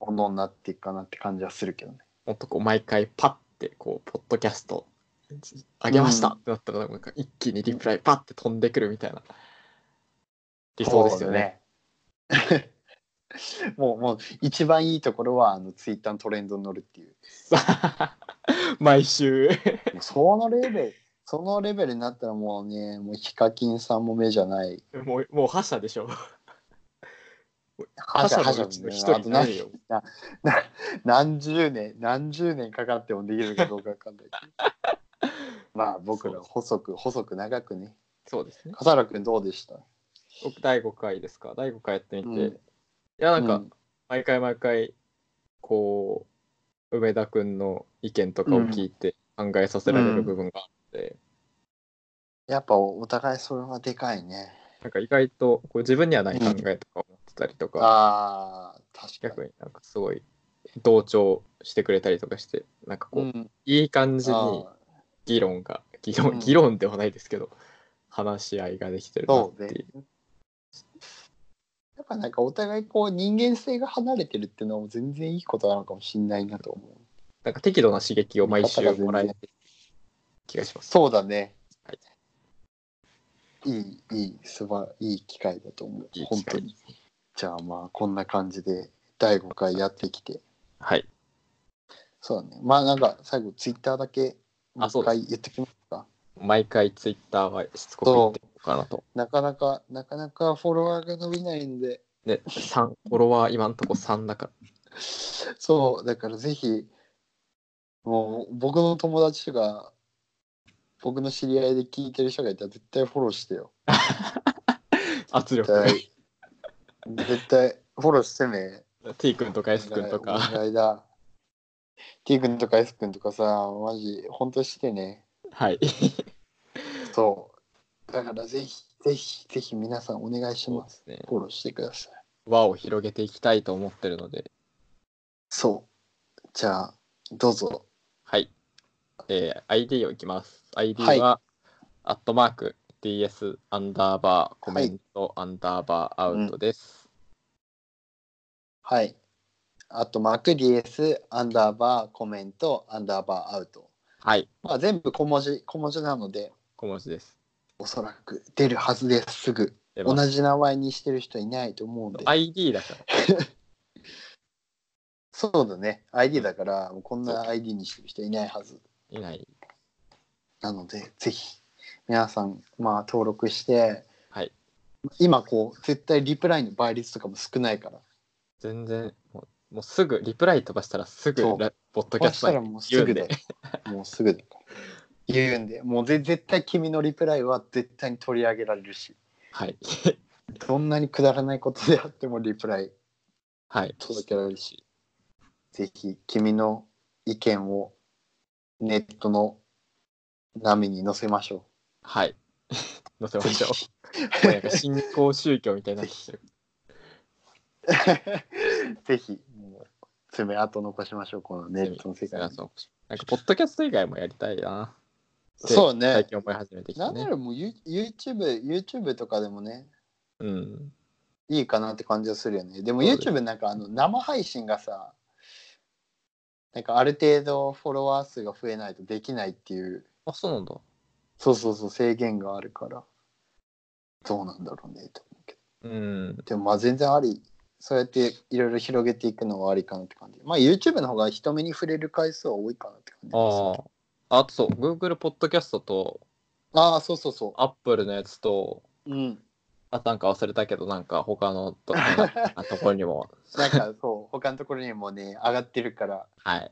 B: ものになっていくかなって感じはするけどね
A: とこう毎回パッて、こう、ポッドキャスト上げました
B: うん
A: ってなったら、なんか一気にリプライパッて飛んでくるみたいな。理想ですよね。
B: そうね もうもう一番いいところはあのツイッターのトレンドに乗るっていう
A: 毎週。
B: もうそのレベル、 そのレベルになったらもうね、もうヒカキンさんも目じゃない。
A: もう、もう覇者でしょ。
B: 覇者
A: 覇者のうちの一人
B: あと
A: になるよ
B: 何なな何十年、何十年かかってもできるかどうかわか んないけどまあ僕ら細く、細く長くね。
A: そうですね。
B: 笠原君どうでした
A: 僕第5回ですか第5回やってみて、
B: うん
A: いやなん
B: う
A: か毎回毎回こう梅田くんの意見とかを聞いて考えさせられる部分があって、
B: やっぱおお互いそれはでかいね。
A: なんか意外とこう自分にはない考えとかを持ってたりとか、
B: ああ、確か
A: 逆になんかすごい同調してくれたりとかしてなんかこ
B: に。
A: う、
B: ん、
A: いい感じに
B: あ
A: 議論が議
B: う
A: 論
B: ん
A: 議論ではないですけど、話し合いができてるなっていう
B: そやっぱなんかお互いこう人間性が離れてるっていうのは全然いいことなのかもしれないなと思う。
A: なんか適度な刺激を毎週もらえてる気がします。
B: そうだね。
A: はい
B: いい、いい、すば、いい機会だと思う。
A: いい機会
B: 本当に。じゃあまあ、こんな感じで、第5回やってきて。
A: はい
B: そうだね。まあなんか、最後、ツイッターだけ、もう
A: あそう
B: 一
A: です
B: 回言ってきますか。
A: 毎回ツイッターはしつこく言ってうかなと。
B: なかなか、なかなかフォロワーが伸びないんで、
A: ね、三フォロワー今んとこ3だから。
B: そう、だからぜひ、もう僕の友達とか、僕の知り合いで聞いてる人がいたら絶対フォローしてよ。
A: 圧
B: 絶
A: 力。
B: 対、絶対フォローしてね。
A: T 君とか S 君と
B: お
A: か。
B: 願いだ。T 君とか S 君とかさ、マジ、本当してね。
A: はい。
B: そう。だからぜひ、ぜひ、ぜひ皆さんお願いし
A: そう
B: ま。
A: ですすね。
B: フォローしてください。
A: 輪を広げていきたいと思ってるので。
B: そう。じゃあ、どうぞ。
A: はい。えー ID をいきます。ID は、アットマーク DS アンダーバーコメントアンダーバーアウトです。
B: はい。あと、マーク DS、アンダーバー、コメント、アンダーバー、アウト。
A: はい。
B: まあ、全部小文字、小文字なので、
A: 小文字です。
B: おそらく出るはずです、すぐ。
A: で
B: 同じ名前にしてる人いないと思うんで。
A: ID だから。
B: そうだね。ID だから、もうこんな ID にしてる人いないはず。
A: いない。
B: なので、ぜひ、皆さん、まあ、登録して、
A: はい。
B: 今、こう、絶対リプライの倍率とかも少ないから。
A: 全然もう、もうすぐ、リプライ飛ばしたらすぐ
B: そう
A: ラ、ポッドキャ
B: そ
A: ス
B: し
A: ト
B: た
A: に
B: らもうす
A: 言
B: ぐ
A: う
B: で
A: んで。
B: もうすぐだから。言うんで、もうぜ絶対君のリプライは絶対に取り上げられるし、
A: はい。
B: どんなにくだらないことであってもリプライ
A: はい。
B: 届けられるし、ぜひ君の意見をネットの波に載せましょ
A: はい。 載せ
B: う。
A: ましょう。
B: ぜ
A: もうなんか新興宗教みたいになってきてる。
B: ひ ぜひ、もう爪痕残しましょう、このネットの世界
A: なん
B: に。
A: か、 ポッドキャスト以外もやりたいな。って
B: そうね
A: 最近思い始めてき
B: な
A: た
B: んな
A: ね。
B: らもう You- YouTube、YouTube とかでもね、
A: うん。
B: いいかなって感じはするよね。でも
A: そうです
B: YouTube なんかあの生配信がさ、なんかある程度フォロワー数が増えないとできないっていう、
A: あ、そうなんだ。
B: そうそうそう制限があるから、どうなんだろうねと思うけ
A: うん。
B: ど。でもまあ全然あり、そうやっていろいろ広げていくのはありかなって感じ。まあ YouTube の方が人目に触れる回数は多いかなって感じ
A: あ
B: です。
A: あ。あとそう、Google ポッドキャストと
B: ああ、そうそうそ
A: Apple のやつと、
B: う。 うん。
A: あとなんか忘れたけど、なんか他のとあところにも、
B: なんかそう、他のところにもね、上がってるから、
A: はい。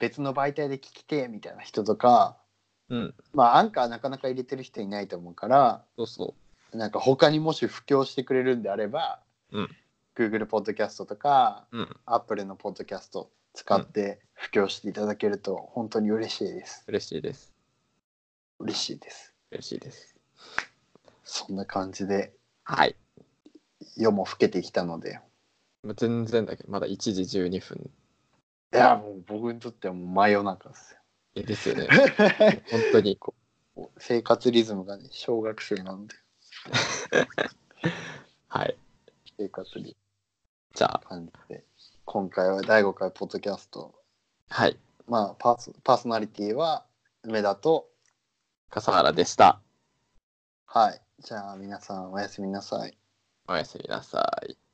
B: 別の媒体で聞きてみたいな人とか、
A: うん。
B: まあアンカーなかなか入れてる人いないと思うから
A: そうそ
B: なんか他にもし布教してくれるんであれば、
A: うん
B: Google ポッドキャストとか
A: う。うん。
B: Apple のポッドキャスト使って布教していただけると本当に嬉しいです
A: 嬉しいです。
B: 嬉しいです
A: 嬉しいです。
B: そんな感じで
A: はい。
B: 夜も更けてきたので
A: もう全然だけど、まだ1時12分。
B: いやもう僕にとってはもう真夜中です
A: えですよね。
B: よ
A: 本当に。
B: 生活リズムがね小学生なんで
A: はい。
B: 生活リズム
A: じゃあ、
B: 感じで今回は第5回ポッドキャスト
A: はい。
B: まあパーソパーソナリティは梅田と
A: 笠原でした。
B: はい。じゃあ皆さんおやすみなさい。
A: おやすみなさい。